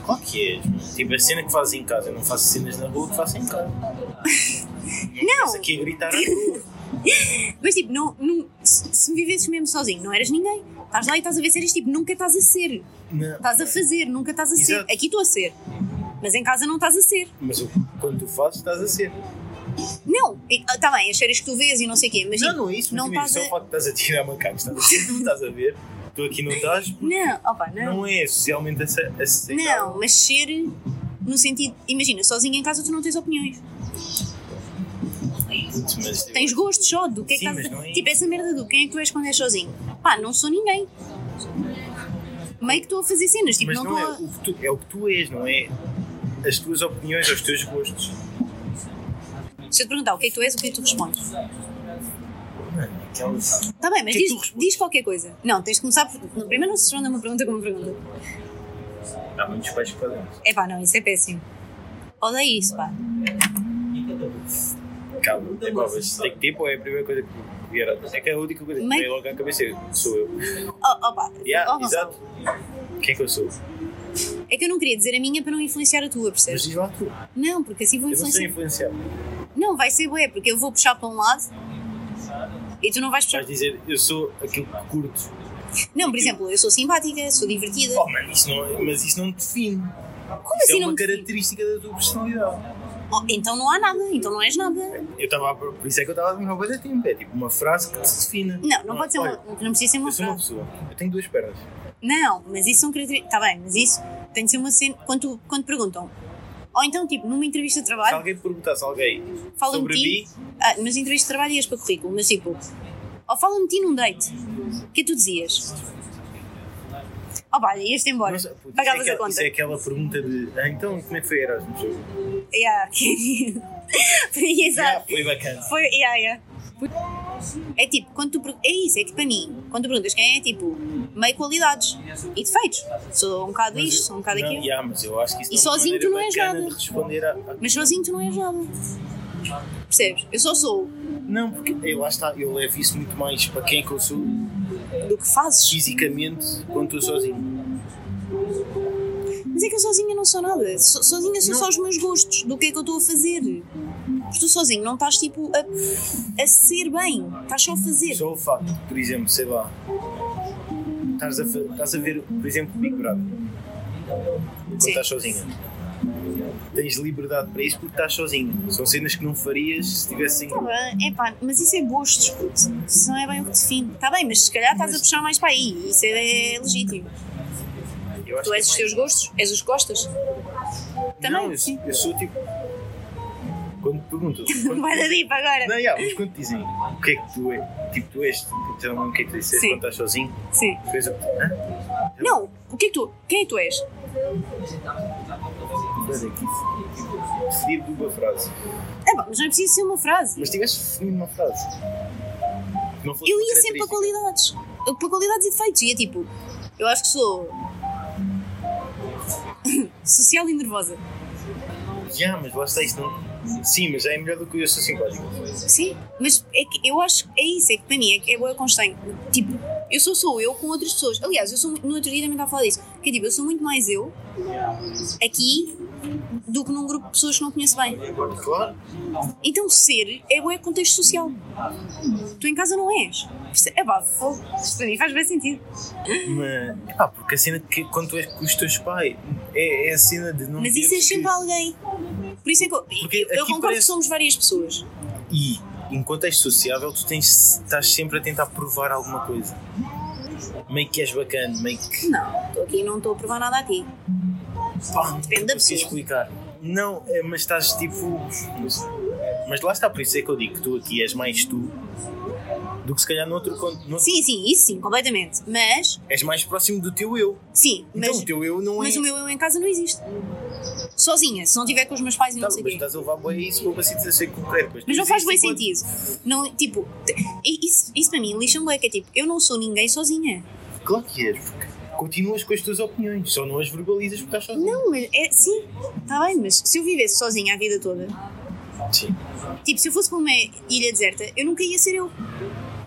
[SPEAKER 2] Qual que é? Tipo, a cena que fazes em casa, eu não faço cenas na rua que faço em casa.
[SPEAKER 1] Não.
[SPEAKER 2] Mas aqui a gritar à rua. é.
[SPEAKER 1] Mas tipo, não, não- se se me vivesses mesmo sozinho, não eras ninguém. Estás lá e estás a ver séries, tipo, nunca estás a ser.
[SPEAKER 2] Não.
[SPEAKER 1] Estás a fazer, nunca estás a
[SPEAKER 2] Exato.
[SPEAKER 1] ser. Aqui estou a ser. Mas em casa não estás a ser.
[SPEAKER 2] Mas o- quando tu fazes, estás a ser.
[SPEAKER 1] Não, está bem, as séries que tu vês e não sei o quê, mas
[SPEAKER 2] Não,
[SPEAKER 1] tipo,
[SPEAKER 2] não é isso.
[SPEAKER 1] não
[SPEAKER 2] Não
[SPEAKER 1] estás
[SPEAKER 2] estás Só o
[SPEAKER 1] a.
[SPEAKER 2] facto de estás a tirar macacos, estás a ser, tu estás a ver. Tu aqui não estás, porque
[SPEAKER 1] Não, opa, não.
[SPEAKER 2] não é socialmente ace- aceitável.
[SPEAKER 1] Não, mas ser no sentido. Imagina, sozinho em casa tu não tens opiniões.
[SPEAKER 2] Putz, mas eu-
[SPEAKER 1] Tens gostos só do que é que
[SPEAKER 2] Sim,
[SPEAKER 1] estás
[SPEAKER 2] mas
[SPEAKER 1] a...
[SPEAKER 2] não é
[SPEAKER 1] Tipo, essa merda do quem é que tu és quando és sozinho? Pá, não sou ninguém. Meio que estou a fazer cenas, tipo, não
[SPEAKER 2] Mas não, é,
[SPEAKER 1] estou
[SPEAKER 2] o que tu, é o que tu és, não é as tuas opiniões ou os teus gostos.
[SPEAKER 1] a... Se eu te perguntar o que é que tu és, o que é que tu respondes?
[SPEAKER 2] Mano, aquelas.
[SPEAKER 1] Tá bem, mas
[SPEAKER 2] O que é que tu
[SPEAKER 1] diz,
[SPEAKER 2] respondes?
[SPEAKER 1] diz qualquer coisa. Não, tens de começar por... Primeiro não se responde a uma pergunta com uma pergunta.
[SPEAKER 2] Há muitos pais que fazem isso.
[SPEAKER 1] É pá, não, isso é péssimo. Odeio isso, pá.
[SPEAKER 2] Calma, é pá, mas tem que tipo, é a primeira coisa que vier à É que é a única coisa que
[SPEAKER 1] Mas-
[SPEAKER 2] vem logo à cabeça. é, Sou eu.
[SPEAKER 1] Oh, oh, pá.
[SPEAKER 2] Yeah,
[SPEAKER 1] Oh, Gonçalo,
[SPEAKER 2] exato. Quem é que eu sou?
[SPEAKER 1] É que eu não queria dizer a minha para não influenciar a tua,
[SPEAKER 2] Mas
[SPEAKER 1] percebes?
[SPEAKER 2] diz lá tu. Eu
[SPEAKER 1] Não, porque assim vou
[SPEAKER 2] não sou
[SPEAKER 1] influenciar.
[SPEAKER 2] influenciado.
[SPEAKER 1] Não, vai ser bué, porque eu vou puxar para um lado e tu não vais puxar.
[SPEAKER 2] Vais dizer, eu sou aquilo que curto.
[SPEAKER 1] Não, por exemplo, eu sou simpática, sou divertida.
[SPEAKER 2] Oh, mano, isso não, mas isso não te define.
[SPEAKER 1] Como
[SPEAKER 2] Isso
[SPEAKER 1] assim
[SPEAKER 2] é
[SPEAKER 1] não
[SPEAKER 2] uma
[SPEAKER 1] me define?
[SPEAKER 2] característica da tua personalidade.
[SPEAKER 1] Oh, então não há nada, então não és nada.
[SPEAKER 2] Eu estava Por isso é que eu estava a uma coisa de tempo. É tipo uma frase que te defina.
[SPEAKER 1] Não, não pode ser uma.
[SPEAKER 2] olha,
[SPEAKER 1] Não precisa ser uma
[SPEAKER 2] Eu sou uma
[SPEAKER 1] frase.
[SPEAKER 2] pessoa. Eu tenho duas pernas.
[SPEAKER 1] Não, mas isso são características. Está bem, mas isso tem de ser uma cena. Quando, tu- quando perguntam. Ou então, tipo, numa entrevista de
[SPEAKER 2] Se
[SPEAKER 1] trabalho,
[SPEAKER 2] alguém perguntasse a alguém
[SPEAKER 1] falam
[SPEAKER 2] sobre
[SPEAKER 1] de um ti.
[SPEAKER 2] mim,
[SPEAKER 1] Ah, mas entrevista de trabalho ias para currículo, mas tipo. Ou falam de ti num date. O que é que tu dizias? Oh, pá, ias-te embora.
[SPEAKER 2] não sei, putz, isso, é
[SPEAKER 1] Pagavas a
[SPEAKER 2] aquela,
[SPEAKER 1] conta.
[SPEAKER 2] isso é aquela pergunta de ah, então como é que foi Erasmus?
[SPEAKER 1] Yeah.
[SPEAKER 2] Ah,
[SPEAKER 1] Exato.
[SPEAKER 2] foi bacana.
[SPEAKER 1] Foi, yeah, yeah. É tipo, quando tu per- é isso, é tipo para mim, quando tu perguntas quem é, é tipo, meio qualidades e defeitos. Sou um bocado
[SPEAKER 2] Mas
[SPEAKER 1] isto,
[SPEAKER 2] eu-
[SPEAKER 1] sou um bocado
[SPEAKER 2] não,
[SPEAKER 1] aquilo.
[SPEAKER 2] yeah, mas eu acho que isso
[SPEAKER 1] E
[SPEAKER 2] não é uma
[SPEAKER 1] sozinho tu
[SPEAKER 2] maneira
[SPEAKER 1] não és
[SPEAKER 2] bacana
[SPEAKER 1] nada.
[SPEAKER 2] De responder a, a-
[SPEAKER 1] Mas sozinho tu não és nada. Percebes? Eu só sou
[SPEAKER 2] Não, porque eh, lá está, eu levo isso muito mais para quem é que eu sou
[SPEAKER 1] do que fazes.
[SPEAKER 2] fisicamente quando estou sozinho.
[SPEAKER 1] Mas é que eu sozinha não sou nada. So- sozinha são
[SPEAKER 2] Não.
[SPEAKER 1] só os meus gostos, do que é que eu estou a fazer. Porque tu sozinho não estás tipo a, a ser bem, estás só a fazer.
[SPEAKER 2] Só o facto, de, por exemplo, sei lá, estás a, fa- estás a ver, por exemplo, Big Brother, quando
[SPEAKER 1] Sim.
[SPEAKER 2] estás sozinha. Tens liberdade para isso porque estás sozinho. São cenas que não farias se estivesse em
[SPEAKER 1] Tá
[SPEAKER 2] grupo.
[SPEAKER 1] bem, epá, mas isso é gostos, puto. Isso não é bem o que define. Está bem, mas se calhar estás a puxar mais para aí. Isso é legítimo.
[SPEAKER 2] Eu acho
[SPEAKER 1] Tu
[SPEAKER 2] que é
[SPEAKER 1] és os
[SPEAKER 2] mais-
[SPEAKER 1] teus gostos? És os que gostas? Também,
[SPEAKER 2] Não, eu,
[SPEAKER 1] sim.
[SPEAKER 2] eu sou tipo. Quando te perguntam. Quando,
[SPEAKER 1] Vai da dipa agora.
[SPEAKER 2] não, yeah, mas quando te dizem o que é que tu é, tipo, tu és, já não o que é que tu disseste
[SPEAKER 1] Sim.
[SPEAKER 2] quando estás sozinho,
[SPEAKER 1] Sim.
[SPEAKER 2] coisa. Hã?
[SPEAKER 1] Não, o que é que tu. Quem é que tu és?
[SPEAKER 2] Mas é que isso. Definir tipo, de uma frase.
[SPEAKER 1] É bom, mas não é preciso ser uma frase.
[SPEAKER 2] Mas tiveste definido uma frase. que Não fosse
[SPEAKER 1] Eu
[SPEAKER 2] uma
[SPEAKER 1] ia sempre para
[SPEAKER 2] característica.
[SPEAKER 1] qualidades. Eu para qualidades e defeitos. Ia tipo. Eu acho que sou. social e nervosa.
[SPEAKER 2] Já, mas lá está isso. Não... Sim, mas já é melhor do que eu sou simpático.
[SPEAKER 1] Sim, mas é que eu acho é isso, é que para mim é que é boa constante. Tipo, eu sou sou eu com outras pessoas. Aliás, eu sou muito- no outro dia também estava a falar disso. Que é tipo, eu sou muito mais eu aqui do que num grupo de pessoas que não conheço bem.
[SPEAKER 2] Claro.
[SPEAKER 1] Então ser é o contexto social. Tu em casa não és. É pá, fogo. Isto para mim faz bem sentido.
[SPEAKER 2] Mas, epá, porque a cena de que quando tu és com os teus pais é, é a cena de não.
[SPEAKER 1] Mas isso é
[SPEAKER 2] teres
[SPEAKER 1] sempre alguém. Por isso é que eu,
[SPEAKER 2] Porque
[SPEAKER 1] eu
[SPEAKER 2] aqui
[SPEAKER 1] concordo que
[SPEAKER 2] parece-
[SPEAKER 1] somos várias pessoas.
[SPEAKER 2] que- E em contexto sociável tu tens, estás sempre a tentar provar alguma coisa. Meio que és bacana, meio que.
[SPEAKER 1] Não, estou aqui e não estou a provar nada a ti.
[SPEAKER 2] Pá,
[SPEAKER 1] Depende da
[SPEAKER 2] não sei
[SPEAKER 1] pessoa.
[SPEAKER 2] explicar. Não, é, mas estás tipo. Mas lá está, por isso é que eu digo que tu aqui és mais tu do que se calhar noutro. con- noutro
[SPEAKER 1] Sim, sim, isso sim, completamente. Mas,
[SPEAKER 2] És mais próximo do teu eu.
[SPEAKER 1] sim, mas,
[SPEAKER 2] então o teu eu não é.
[SPEAKER 1] mas o meu eu em casa não existe. Sozinha, se não tiver com os meus pais e
[SPEAKER 2] Tá,
[SPEAKER 1] não sei o
[SPEAKER 2] mas
[SPEAKER 1] quê.
[SPEAKER 2] estás a levar bem isso para assim, a ser concreto. tu
[SPEAKER 1] Mas não faz bem
[SPEAKER 2] dizes, tipo,
[SPEAKER 1] sentido. Não, tipo, te- e- isso, isso para mim lixa-me bué, que é tipo, eu não sou ninguém sozinha.
[SPEAKER 2] Claro que és, porque continuas com as tuas opiniões, só não as verbalizas porque estás sozinho.
[SPEAKER 1] Não, mas é, sim, está bem, mas se eu vivesse sozinha a vida toda,
[SPEAKER 2] Sim.
[SPEAKER 1] Tipo, se eu fosse para uma ilha deserta, eu nunca ia ser eu.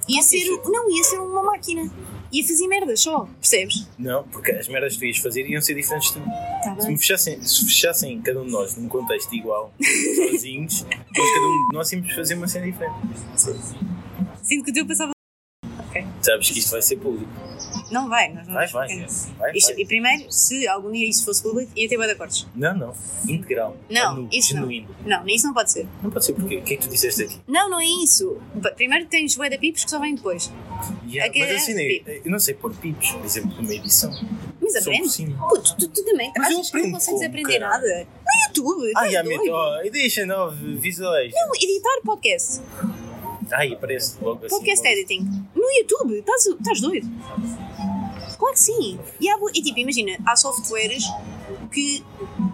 [SPEAKER 1] Ia ser. um, Não, ia ser uma máquina. Ia fazer merda só, percebes?
[SPEAKER 2] Não, porque as merdas que tu ias fazer iam ser diferentes de
[SPEAKER 1] Tá
[SPEAKER 2] se me
[SPEAKER 1] bem.
[SPEAKER 2] fechassem, se fechassem cada um de nós num contexto igual, sozinhos, mas cada um de nós íamos fazer uma cena diferente.
[SPEAKER 1] Sinto que o teu passava. Ok.
[SPEAKER 2] Sabes que isto vai ser público.
[SPEAKER 1] Não vai, nós não
[SPEAKER 2] Vai,
[SPEAKER 1] vamos
[SPEAKER 2] vai.
[SPEAKER 1] ficar nisso.
[SPEAKER 2] Vai,
[SPEAKER 1] Isto-
[SPEAKER 2] vai.
[SPEAKER 1] E primeiro, se algum dia isso fosse público, ia ter bué de acordes.
[SPEAKER 2] Não, não. Integral.
[SPEAKER 1] Não,
[SPEAKER 2] Anu-
[SPEAKER 1] isso não.
[SPEAKER 2] genuíno.
[SPEAKER 1] Não, isso não pode ser.
[SPEAKER 2] Não. pode ser porque o que é que tu disseste aqui?
[SPEAKER 1] Não, não é isso. Ba- Primeiro tens bué de pipos que só vêm depois.
[SPEAKER 2] Yeah,
[SPEAKER 1] Aqui
[SPEAKER 2] mas
[SPEAKER 1] é
[SPEAKER 2] assim, eu, eu não sei pôr pips, por exemplo, numa edição.
[SPEAKER 1] Mas
[SPEAKER 2] Só por
[SPEAKER 1] aprendes.
[SPEAKER 2] cima.
[SPEAKER 1] Puto, tu, tu também
[SPEAKER 2] Mas eu
[SPEAKER 1] achas que não
[SPEAKER 2] aprendo
[SPEAKER 1] consegues
[SPEAKER 2] como,
[SPEAKER 1] aprender
[SPEAKER 2] caralho?
[SPEAKER 1] nada. No YouTube,
[SPEAKER 2] Ai,
[SPEAKER 1] estás
[SPEAKER 2] já meto,
[SPEAKER 1] doido.
[SPEAKER 2] oh, e deixa nove visuais.
[SPEAKER 1] Não, editar podcast.
[SPEAKER 2] Ai, aparece logo assim.
[SPEAKER 1] Podcast
[SPEAKER 2] logo.
[SPEAKER 1] editing. No YouTube, estás, estás doido? Claro que sim. E, há, bo- e tipo, imagina, há softwares que,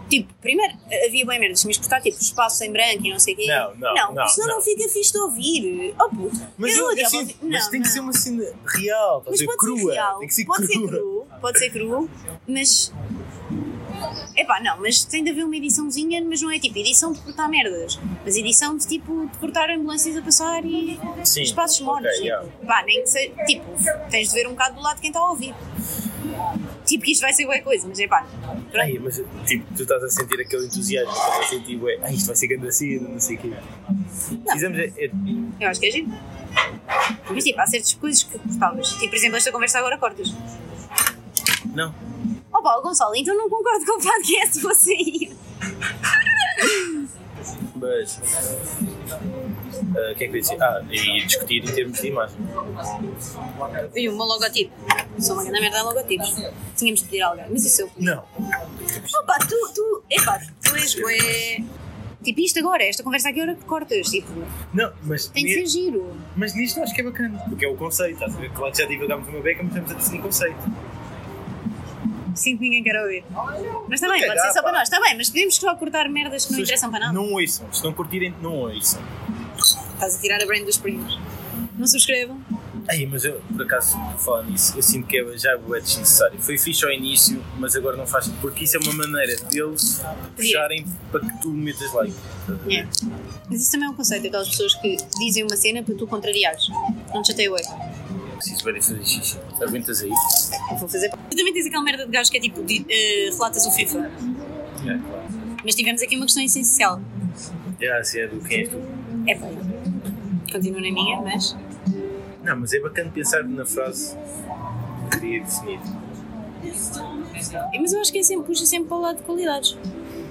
[SPEAKER 1] tipo, primeiro havia bem merdas, mas cortar tipo espaço em branco e não sei o quê.
[SPEAKER 2] Não, não, não,
[SPEAKER 1] senão não.
[SPEAKER 2] não.
[SPEAKER 1] fica fixe de ouvir. Oh puto,
[SPEAKER 2] Mas,
[SPEAKER 1] eu
[SPEAKER 2] eu,
[SPEAKER 1] odiava
[SPEAKER 2] assim,
[SPEAKER 1] ouvir-
[SPEAKER 2] mas
[SPEAKER 1] não,
[SPEAKER 2] tem que
[SPEAKER 1] não.
[SPEAKER 2] ser uma cena real, estás a
[SPEAKER 1] Mas
[SPEAKER 2] dizer,
[SPEAKER 1] pode ser
[SPEAKER 2] crua.
[SPEAKER 1] real,
[SPEAKER 2] Tem que ser
[SPEAKER 1] pode
[SPEAKER 2] crua.
[SPEAKER 1] ser cru, pode ser cru, mas. Epá, não, mas tem de haver uma ediçãozinha, mas não é tipo edição de cortar merdas, mas edição de tipo de cortar ambulâncias a passar e
[SPEAKER 2] Sim,
[SPEAKER 1] espaços mortos.
[SPEAKER 2] ok,
[SPEAKER 1] tipo.
[SPEAKER 2] yeah.
[SPEAKER 1] Pá, nem que seja. Tipo, tens de ver um bocado do lado de quem está a ouvir. Tipo, que isto vai ser boa coisa, mas é pá.
[SPEAKER 2] Ai, mas tipo, tu estás a sentir aquele entusiasmo, estás a sentir, ué, ai, isto vai ser grande assim, não sei o quê. Fizemos. É, é,
[SPEAKER 1] Eu acho que é giro. Mas tipo, há certas coisas que cortavas. Tipo, por exemplo, esta conversa agora cortas.
[SPEAKER 2] não,
[SPEAKER 1] Oh pá, Gonçalo, então não concordo com o podcast, vou sair.
[SPEAKER 2] mas. ah, O que é que eu ia dizer? Ah, e discutir em termos de imagem.
[SPEAKER 1] E uma um logotipo. Sou uma grande merda a logotipos. Tínhamos de pedir alguém, mas isso eu.
[SPEAKER 2] Não.
[SPEAKER 1] Opa, tu, tu, epá, tu és bué. Tipo, isto agora, esta conversa aqui agora que cortas. Tipo,
[SPEAKER 2] Não, mas.
[SPEAKER 1] tem que ser giro.
[SPEAKER 2] Mas nisto eu acho que é bacana, porque é o conceito, estás a ver? Claro que já divagámos uma beca, mas estamos a definir conceito.
[SPEAKER 1] Sinto que ninguém quer ouvir. Mas também,
[SPEAKER 2] Não
[SPEAKER 1] pode ser
[SPEAKER 2] cagar,
[SPEAKER 1] só
[SPEAKER 2] pá.
[SPEAKER 1] para nós. Está bem, mas podemos só cortar merdas que não
[SPEAKER 2] Pessoas
[SPEAKER 1] interessam para nada.
[SPEAKER 2] Não ouçam, se não curtirem, não ouçam.
[SPEAKER 1] Estás a tirar a brand dos primos. Não subscrevam.
[SPEAKER 2] Ai, mas eu, por acaso, por falar nisso, eu sinto que é, já é bué desnecessário. Foi fixe ao início, mas agora não faz. Porque isso é uma maneira deles puxarem para que tu metas like.
[SPEAKER 1] É. Mas isso também é um conceito daquelas pessoas que dizem uma cena para tu contrariares. Não te chatei hoje.
[SPEAKER 2] É Preciso ver e fazer xixi. Aguentas aí?
[SPEAKER 1] Eu vou fazer. Tu também tens aquela merda de gajo que é tipo, de, eh, relatas o FIFA.
[SPEAKER 2] É, claro.
[SPEAKER 1] Mas tivemos aqui uma questão essencial.
[SPEAKER 2] Já, se é do quem és tu.
[SPEAKER 1] É bem. Continua na minha, mas.
[SPEAKER 2] Não, mas é bacana pensar na frase que queria definir. É
[SPEAKER 1] Mas eu acho que é sempre, puxa sempre para o lado de qualidades.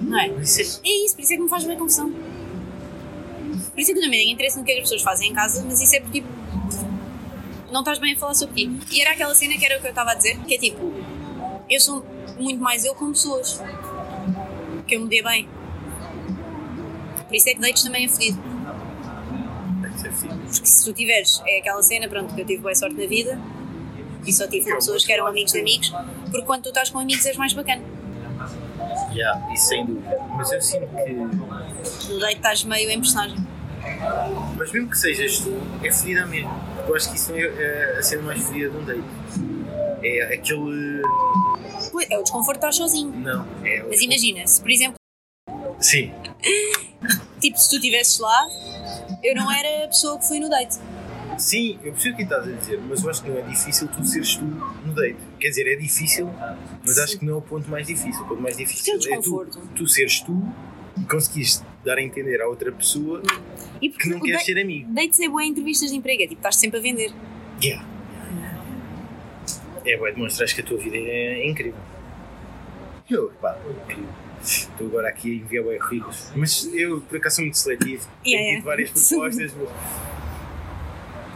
[SPEAKER 1] Não é?
[SPEAKER 2] Mas isso
[SPEAKER 1] É isso, por isso é que me faz bem confusão. Por isso é que eu também tenho interesse no que as pessoas fazem em casa, mas isso é porque tipo, não estás bem a falar sobre ti. E era aquela cena que era o que eu estava a dizer, que é tipo, eu sou muito mais eu com pessoas. Que eu me dê bem. Por isso é que deites também é fodido.
[SPEAKER 2] é, isso é fixe.
[SPEAKER 1] Porque se tu tiveres, é aquela cena, pronto, que eu tive boa sorte na vida e só tive com pessoas que eram amigos de amigos, porque quando tu estás com amigos és mais bacana.
[SPEAKER 2] Já, isso sem dúvida. Mas eu sinto que.
[SPEAKER 1] No date estás meio em personagem.
[SPEAKER 2] Mas mesmo que sejas tu, é fedida mesmo. Eu acho que isso é, é a cena mais fedida de um date. É aquele.
[SPEAKER 1] Pois, É o desconforto de estar sozinho.
[SPEAKER 2] Não, é. o-
[SPEAKER 1] Mas imagina, se por exemplo,
[SPEAKER 2] Sim,
[SPEAKER 1] tipo, se tu estivesses lá, eu não era a pessoa que fui no date.
[SPEAKER 2] Sim, eu percebo o que estás a dizer, mas eu acho que não é difícil tu seres tu no date. Quer dizer, é difícil, mas
[SPEAKER 1] Sim.
[SPEAKER 2] acho que não é o ponto mais difícil. O ponto mais
[SPEAKER 1] Tem
[SPEAKER 2] difícil
[SPEAKER 1] um
[SPEAKER 2] é tu,
[SPEAKER 1] desconforto.
[SPEAKER 2] tu seres tu e conseguires dar a entender à outra pessoa
[SPEAKER 1] E
[SPEAKER 2] que
[SPEAKER 1] porque
[SPEAKER 2] não
[SPEAKER 1] Hum. o
[SPEAKER 2] queres
[SPEAKER 1] date-
[SPEAKER 2] ser amigo.
[SPEAKER 1] Date-se é boa em entrevistas de emprego, é tipo, estás sempre a vender.
[SPEAKER 2] Yeah. É, vai demonstrares que a tua vida é incrível. Eu, pá, estou agora aqui a enviar bué currículos. Mas eu, por acaso, sou muito seletivo. Tenho
[SPEAKER 1] Yeah,
[SPEAKER 2] tido várias
[SPEAKER 1] Sim.
[SPEAKER 2] propostas. mas-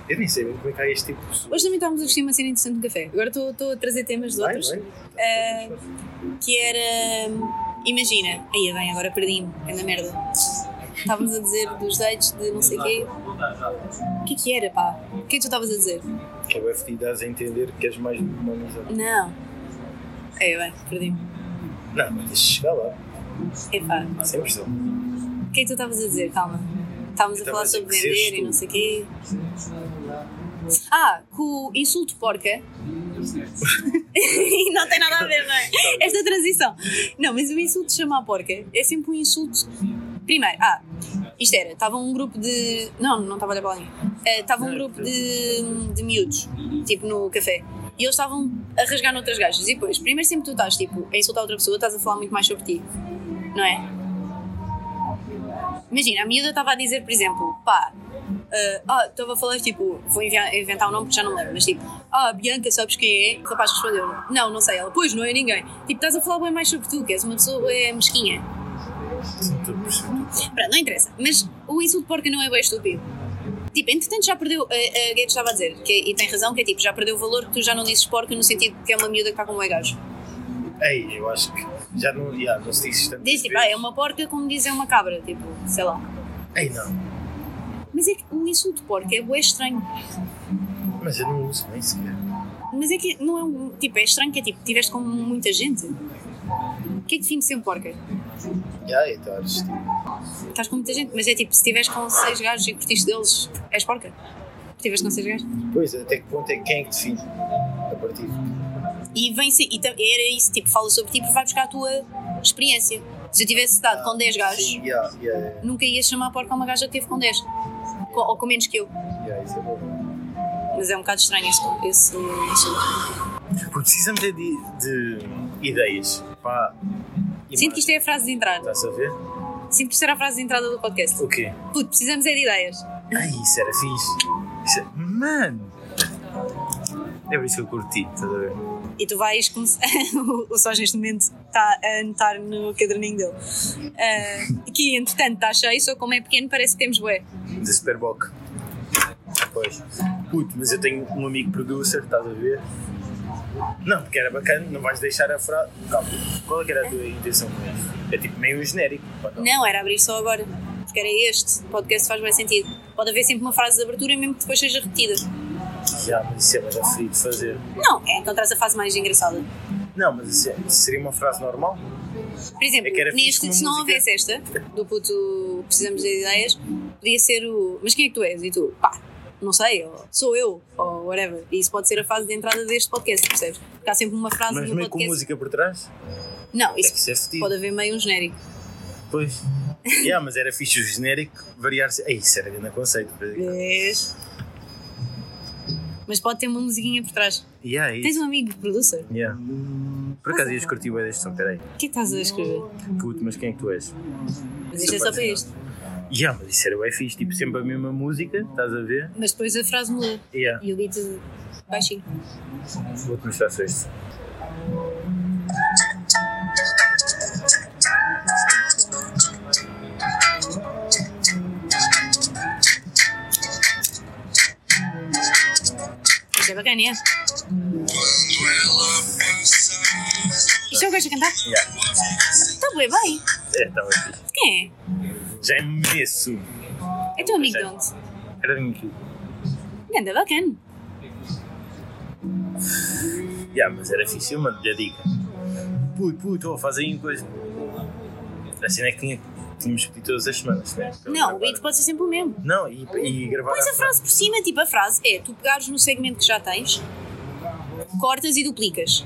[SPEAKER 2] Eu nem sei bem como é que há este tipo de pessoas.
[SPEAKER 1] Hoje também estávamos a discutir uma cena interessante no café. Agora estou, estou a trazer temas de outros.
[SPEAKER 2] Vai, É vai.
[SPEAKER 1] Que era. hum, Imagina. Aí bem, agora perdi-me. É na merda. Estávamos a dizer dos dates de não sei o quê. O que é que era, pá? O que é que tu estavas a dizer?
[SPEAKER 2] Que é o FT dás a entender que és mais do que uma amizade.
[SPEAKER 1] Não. É bem, perdi-me.
[SPEAKER 2] Não, mas deixa chegar lá.
[SPEAKER 1] Epá.
[SPEAKER 2] Sem pressão.
[SPEAKER 1] O que é que tu estavas a dizer? Calma. Estávamos a
[SPEAKER 2] Estava
[SPEAKER 1] falar
[SPEAKER 2] a dizer
[SPEAKER 1] sobre
[SPEAKER 2] que seres
[SPEAKER 1] vender e
[SPEAKER 2] tu.
[SPEAKER 1] não sei o quê. Ah, com o insulto porca. E não tem nada a ver, não é? Esta transição. Não, mas o insulto de chamar porca é sempre um insulto. Primeiro, ah, isto era, estava um grupo de. Não, não estava a olhar para ninguém. Estava um grupo de, de miúdos, tipo no café. E eles estavam a rasgar noutras gajas. E depois, primeiro sempre tu estás, tipo, a insultar outra pessoa, estás a falar muito mais sobre ti. Não é? Imagina, a miúda estava a dizer, por exemplo, pá, eh, ah, estava a falar, tipo, vou invia- inventar um nome porque já não me lembro, mas tipo, ah, Bianca, sabes quem é? O rapaz respondeu, não, não sei. Ela, pois, não é ninguém. Tipo, estás a falar bem mais sobre tu, que és uma pessoa bem mesquinha.
[SPEAKER 2] Sim, estou a perceber.
[SPEAKER 1] Pronto, não interessa. Mas o insulto porca não é bem estúpido. Tipo, entretanto já perdeu, a, a Guedes estava a dizer, que, e tem razão, que é tipo, já perdeu o valor que tu já não dizes porca no sentido que é uma miúda que está com um bué gajo.
[SPEAKER 2] Ei, eu acho que já não, já, não se diz tanto.
[SPEAKER 1] Diz tipo, ah, é uma porca como dizem uma cabra, tipo, sei lá.
[SPEAKER 2] Ei, não.
[SPEAKER 1] Mas é que o insulto porca é bué estranho.
[SPEAKER 2] Mas eu não uso nem sequer.
[SPEAKER 1] Mas é que não é um. Tipo, é estranho que é tipo, tiveste com muita gente. O que é que define ser um porca?
[SPEAKER 2] Já, então, acho que-
[SPEAKER 1] Estás com muita gente, mas é tipo, se estiveres com seis gajos e curtiste deles, és porca. Estiveste com seis gajos.
[SPEAKER 2] Pois, até que ponto é que quem é que define? A partir.
[SPEAKER 1] E vem sim, e tam- era isso, tipo, fala sobre ti porque vai buscar a tua experiência. Se eu tivesse estado com 10 gajos,
[SPEAKER 2] Sim, já, já, já,
[SPEAKER 1] nunca ias chamar porca a uma gaja que teve com 10. Co- ou com menos que eu.
[SPEAKER 2] já, isso é bom.
[SPEAKER 1] Mas é um bocado estranho esse, esse insulto.
[SPEAKER 2] Porque precisamos é de, de ideias. Pá.
[SPEAKER 1] Sinto que isto é a frase de entrada.
[SPEAKER 2] Estás a ver?
[SPEAKER 1] Sinto que isto era a frase de entrada do podcast.
[SPEAKER 2] O quê?
[SPEAKER 1] Puto, precisamos é de ideias.
[SPEAKER 2] Ai, isso era fixe. Isso é... Mano! É por isso que eu curti, estás a ver?
[SPEAKER 1] E tu vais começar. o o Sós neste momento está a anotar no caderninho dele. Ah, que entretanto está cheio, só como é pequeno parece que temos bué.
[SPEAKER 2] Da Superboc. Pois. Puto, mas eu tenho um amigo producer, estás a ver? Não, porque era bacana, não vais deixar a frase. Calma, qual é que era a tua intenção com isto? É tipo meio genérico. pá, não.
[SPEAKER 1] Não, era abrir só agora. Porque era este. O podcast faz bem sentido. Pode haver sempre uma frase de abertura, mesmo que depois seja repetida.
[SPEAKER 2] Já, mas isso é mais frio de fazer.
[SPEAKER 1] Não, é, então traz a fase mais engraçada.
[SPEAKER 2] Não, mas isso é- seria uma frase normal?
[SPEAKER 1] Por exemplo,
[SPEAKER 2] É que era fixe
[SPEAKER 1] neste,
[SPEAKER 2] como
[SPEAKER 1] se não
[SPEAKER 2] música.
[SPEAKER 1] houvesse esta, do puto Precisamos de Ideias, podia ser o. Mas quem é que tu és? E tu, pá, não sei, ou sou eu, ou whatever. E isso pode ser a fase de entrada deste podcast, percebes? Porque há sempre uma frase
[SPEAKER 2] Mas
[SPEAKER 1] no
[SPEAKER 2] meio com
[SPEAKER 1] podcast.
[SPEAKER 2] música por trás?
[SPEAKER 1] Não,
[SPEAKER 2] É que isso é
[SPEAKER 1] isso
[SPEAKER 2] fedido.
[SPEAKER 1] pode haver meio um genérico.
[SPEAKER 2] Pois. Já, mas era fixe o genérico variar-se. É isso, era grande conceito.
[SPEAKER 1] Vês? Mas pode ter uma musiquinha por trás.
[SPEAKER 2] Yeah, é
[SPEAKER 1] Tens
[SPEAKER 2] isso.
[SPEAKER 1] um amigo producer?
[SPEAKER 2] Yeah. Por acaso ias curtir o deste som, peraí.
[SPEAKER 1] O que é que estás a escrever?
[SPEAKER 2] Puto, mas quem é que tu és?
[SPEAKER 1] Mas isto é só para este.
[SPEAKER 2] Yeah, mas isso era bem fixe, tipo sempre a mesma música, estás a ver?
[SPEAKER 1] Mas depois a frase muda
[SPEAKER 2] Yeah.
[SPEAKER 1] e o beat baixinho.
[SPEAKER 2] Vou-te mostrar só isto.
[SPEAKER 1] Isto é bacana, é? Isto é o gajo a cantar?
[SPEAKER 2] Yeah.
[SPEAKER 1] Está bué bem.
[SPEAKER 2] É, estava fixe.
[SPEAKER 1] Quem é?
[SPEAKER 2] Já imenso.
[SPEAKER 1] É teu amigo de
[SPEAKER 2] Sei.
[SPEAKER 1] onde?
[SPEAKER 2] Era de aqui.
[SPEAKER 1] Ganda bacana.
[SPEAKER 2] Yeah, mas era fixe, eu mando-lhe a dica. Puto, puto, oh, faz aí uma coisa. A cena é que tinha, tínhamos que pedir todas as semanas, né? Para
[SPEAKER 1] Não, o
[SPEAKER 2] gravar.
[SPEAKER 1] beat pode ser sempre o mesmo.
[SPEAKER 2] Não, e, e gravar.
[SPEAKER 1] Pões a frase por cima, tipo a frase é tu pegares no segmento que já tens, cortas e duplicas.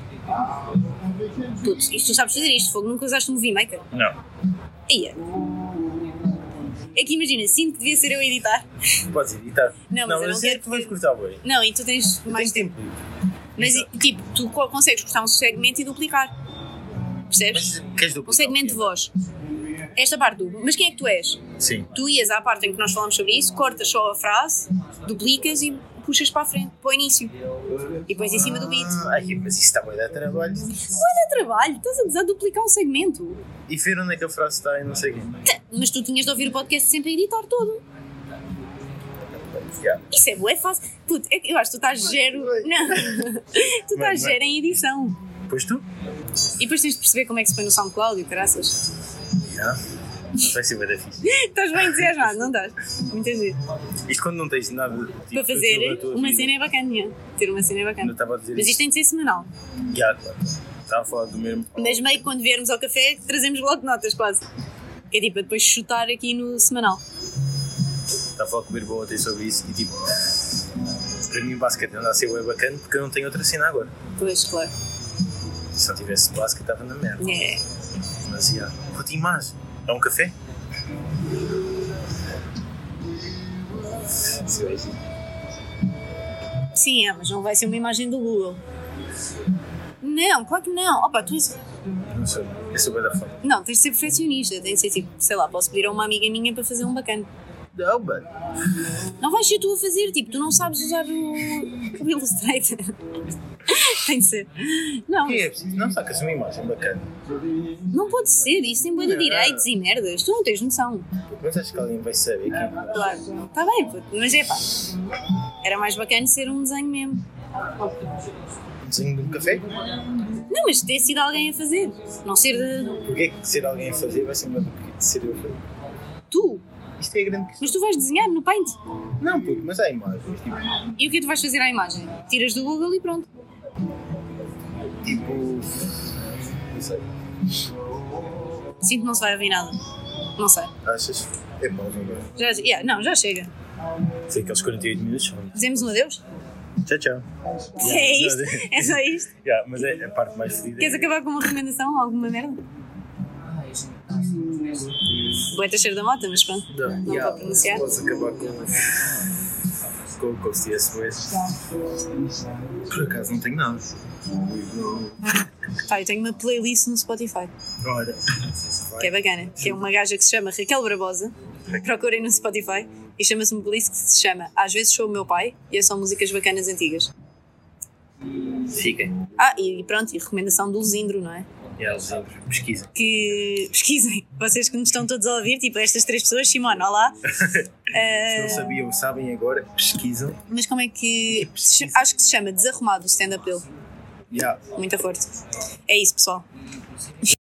[SPEAKER 1] Tudo. Isto tu sabes fazer isto, fogo, nunca usaste um V-Maker.
[SPEAKER 2] Não.
[SPEAKER 1] Ia. É que imagina, sinto que devia ser eu a editar.
[SPEAKER 2] Podes editar.
[SPEAKER 1] Não, mas eu não
[SPEAKER 2] é
[SPEAKER 1] quero
[SPEAKER 2] que tu vais
[SPEAKER 1] que-
[SPEAKER 2] cortar, boi.
[SPEAKER 1] Não, e tu tens mais
[SPEAKER 2] Tens
[SPEAKER 1] tempo.
[SPEAKER 2] tempo.
[SPEAKER 1] Mas
[SPEAKER 2] Exato.
[SPEAKER 1] tipo, tu co- consegues cortar um segmento e duplicar. Percebes?
[SPEAKER 2] Mas queres
[SPEAKER 1] Um
[SPEAKER 2] duplicar?
[SPEAKER 1] segmento de voz. Esta parte do. Mas quem é que tu és?
[SPEAKER 2] Sim.
[SPEAKER 1] Tu ias à parte em que nós falámos sobre isso, cortas só a frase, duplicas e puxas para a frente, para o início. E pões em cima do beat.
[SPEAKER 2] Ah, ai, mas isso está bem dar trabalho.
[SPEAKER 1] Olha trabalho, estás a precisar duplicar um segmento.
[SPEAKER 2] E ver onde é que a frase está e não sei o quê.
[SPEAKER 1] Mas tu tinhas de ouvir o podcast sempre a editar todo.
[SPEAKER 2] Yeah.
[SPEAKER 1] Isso é bué fácil. Puto, é que eu acho que tu estás gero. Não. tu
[SPEAKER 2] Bem, bem.
[SPEAKER 1] estás gero em edição.
[SPEAKER 2] Pois tu?
[SPEAKER 1] E depois tens de perceber como é que se põe no SoundCloud e o caraças.
[SPEAKER 2] Yeah. Vai ser bem da fixe.
[SPEAKER 1] Estás bem entusiasmado, não estás? Muita gente.
[SPEAKER 2] Tipo, Isto quando não tens nada tipo,
[SPEAKER 1] Para
[SPEAKER 2] útil
[SPEAKER 1] fazer
[SPEAKER 2] na tua
[SPEAKER 1] uma
[SPEAKER 2] vida.
[SPEAKER 1] cena é bacana, yeah. ter uma cena é
[SPEAKER 2] Ainda
[SPEAKER 1] bacana.
[SPEAKER 2] estava a dizer
[SPEAKER 1] Mas isto tem de ser semanal.
[SPEAKER 2] Yeah, claro. Estava a falar do mesmo.
[SPEAKER 1] Mas meio que quando viermos ao café, trazemos logo notas quase. Que é tipo, para depois chutar aqui no semanal.
[SPEAKER 2] Estava a falar com o Birbo ontem sobre isso e tipo. Para mim, o basquete anda a ser bem bacana porque eu não tenho outra cena agora.
[SPEAKER 1] Pois, claro.
[SPEAKER 2] Se não tivesse basquete, estava na merda.
[SPEAKER 1] É.
[SPEAKER 2] Mas yeah. Puta imagem. É um café? Isso é giro.
[SPEAKER 1] Sim, é, mas não vai ser uma imagem do Google. Não, claro que não. Opa, tu és...
[SPEAKER 2] Não sou. Eu sou bem da fome.
[SPEAKER 1] Não, tens de ser perfeccionista. Tens de ser tipo, sei lá, posso pedir a uma amiga minha para fazer um bacana.
[SPEAKER 2] Não, mano.
[SPEAKER 1] Não vais ser tu a fazer, tipo, tu não sabes usar o, o Illustrator. Tem de ser. Não,
[SPEAKER 2] E é preciso. Não sacas uma imagem bacana.
[SPEAKER 1] não pode ser. Isso tem boi de direitos e merdas. Tu não tens noção.
[SPEAKER 2] Mas acho que alguém vai saber que. tipo,
[SPEAKER 1] Claro. Está bem, puto, mas é pá. Era mais bacana ser um desenho mesmo.
[SPEAKER 2] Um desenho de um café?
[SPEAKER 1] Não, mas ter sido alguém a fazer. Não ser de-
[SPEAKER 2] Porque é que ser alguém a fazer vai ser melhor do que ser eu a fazer?
[SPEAKER 1] tu.
[SPEAKER 2] Isto é a grande questão.
[SPEAKER 1] Mas tu vais desenhar no Paint.
[SPEAKER 2] Não, puto, mas há imagens. Tipo,
[SPEAKER 1] E o que é que tu vais fazer à imagem? Tiras do Google e pronto.
[SPEAKER 2] tipo. Não sei.
[SPEAKER 1] Sinto que não se vai ouvir nada. Não sei.
[SPEAKER 2] Achas? É bom, não é?
[SPEAKER 1] Já, yeah, não, já chega.
[SPEAKER 2] Sei aqueles 48 minutos.
[SPEAKER 1] Dizemos um adeus?
[SPEAKER 2] Tchau, tchau.
[SPEAKER 1] é
[SPEAKER 2] um
[SPEAKER 1] isto? É só isto?
[SPEAKER 2] Yeah, mas é a parte mais fodida.
[SPEAKER 1] Queres acabar com uma recomendação? Alguma merda? Boeta cheiro da mota, mas pronto.
[SPEAKER 2] Não,
[SPEAKER 1] Não
[SPEAKER 2] yeah,
[SPEAKER 1] pode pronunciar.
[SPEAKER 2] Posso acabar com. Com o CS West. Por acaso não tenho nada.
[SPEAKER 1] Pá, eu tenho uma playlist no Spotify,
[SPEAKER 2] Ora.
[SPEAKER 1] que é bacana, que é uma gaja que se chama Raquel Barbosa. Procurem no Spotify e chama-se uma playlist que se chama Às vezes sou o meu pai e é só músicas bacanas antigas.
[SPEAKER 2] Fiquem.
[SPEAKER 1] Ah, e pronto, e recomendação do Luzindro, não é?
[SPEAKER 2] Yeah, os outros. Pesquisa.
[SPEAKER 1] que pesquisem, vocês que nos estão todos a ouvir, tipo estas três pessoas, Simone, olá.
[SPEAKER 2] Se
[SPEAKER 1] Eh,
[SPEAKER 2] não sabiam, sabem agora, pesquisam.
[SPEAKER 1] mas como é que. se ch- Acho que se chama Desarrumado o stand-up dele.
[SPEAKER 2] Yeah.
[SPEAKER 1] Muito forte. É isso, pessoal.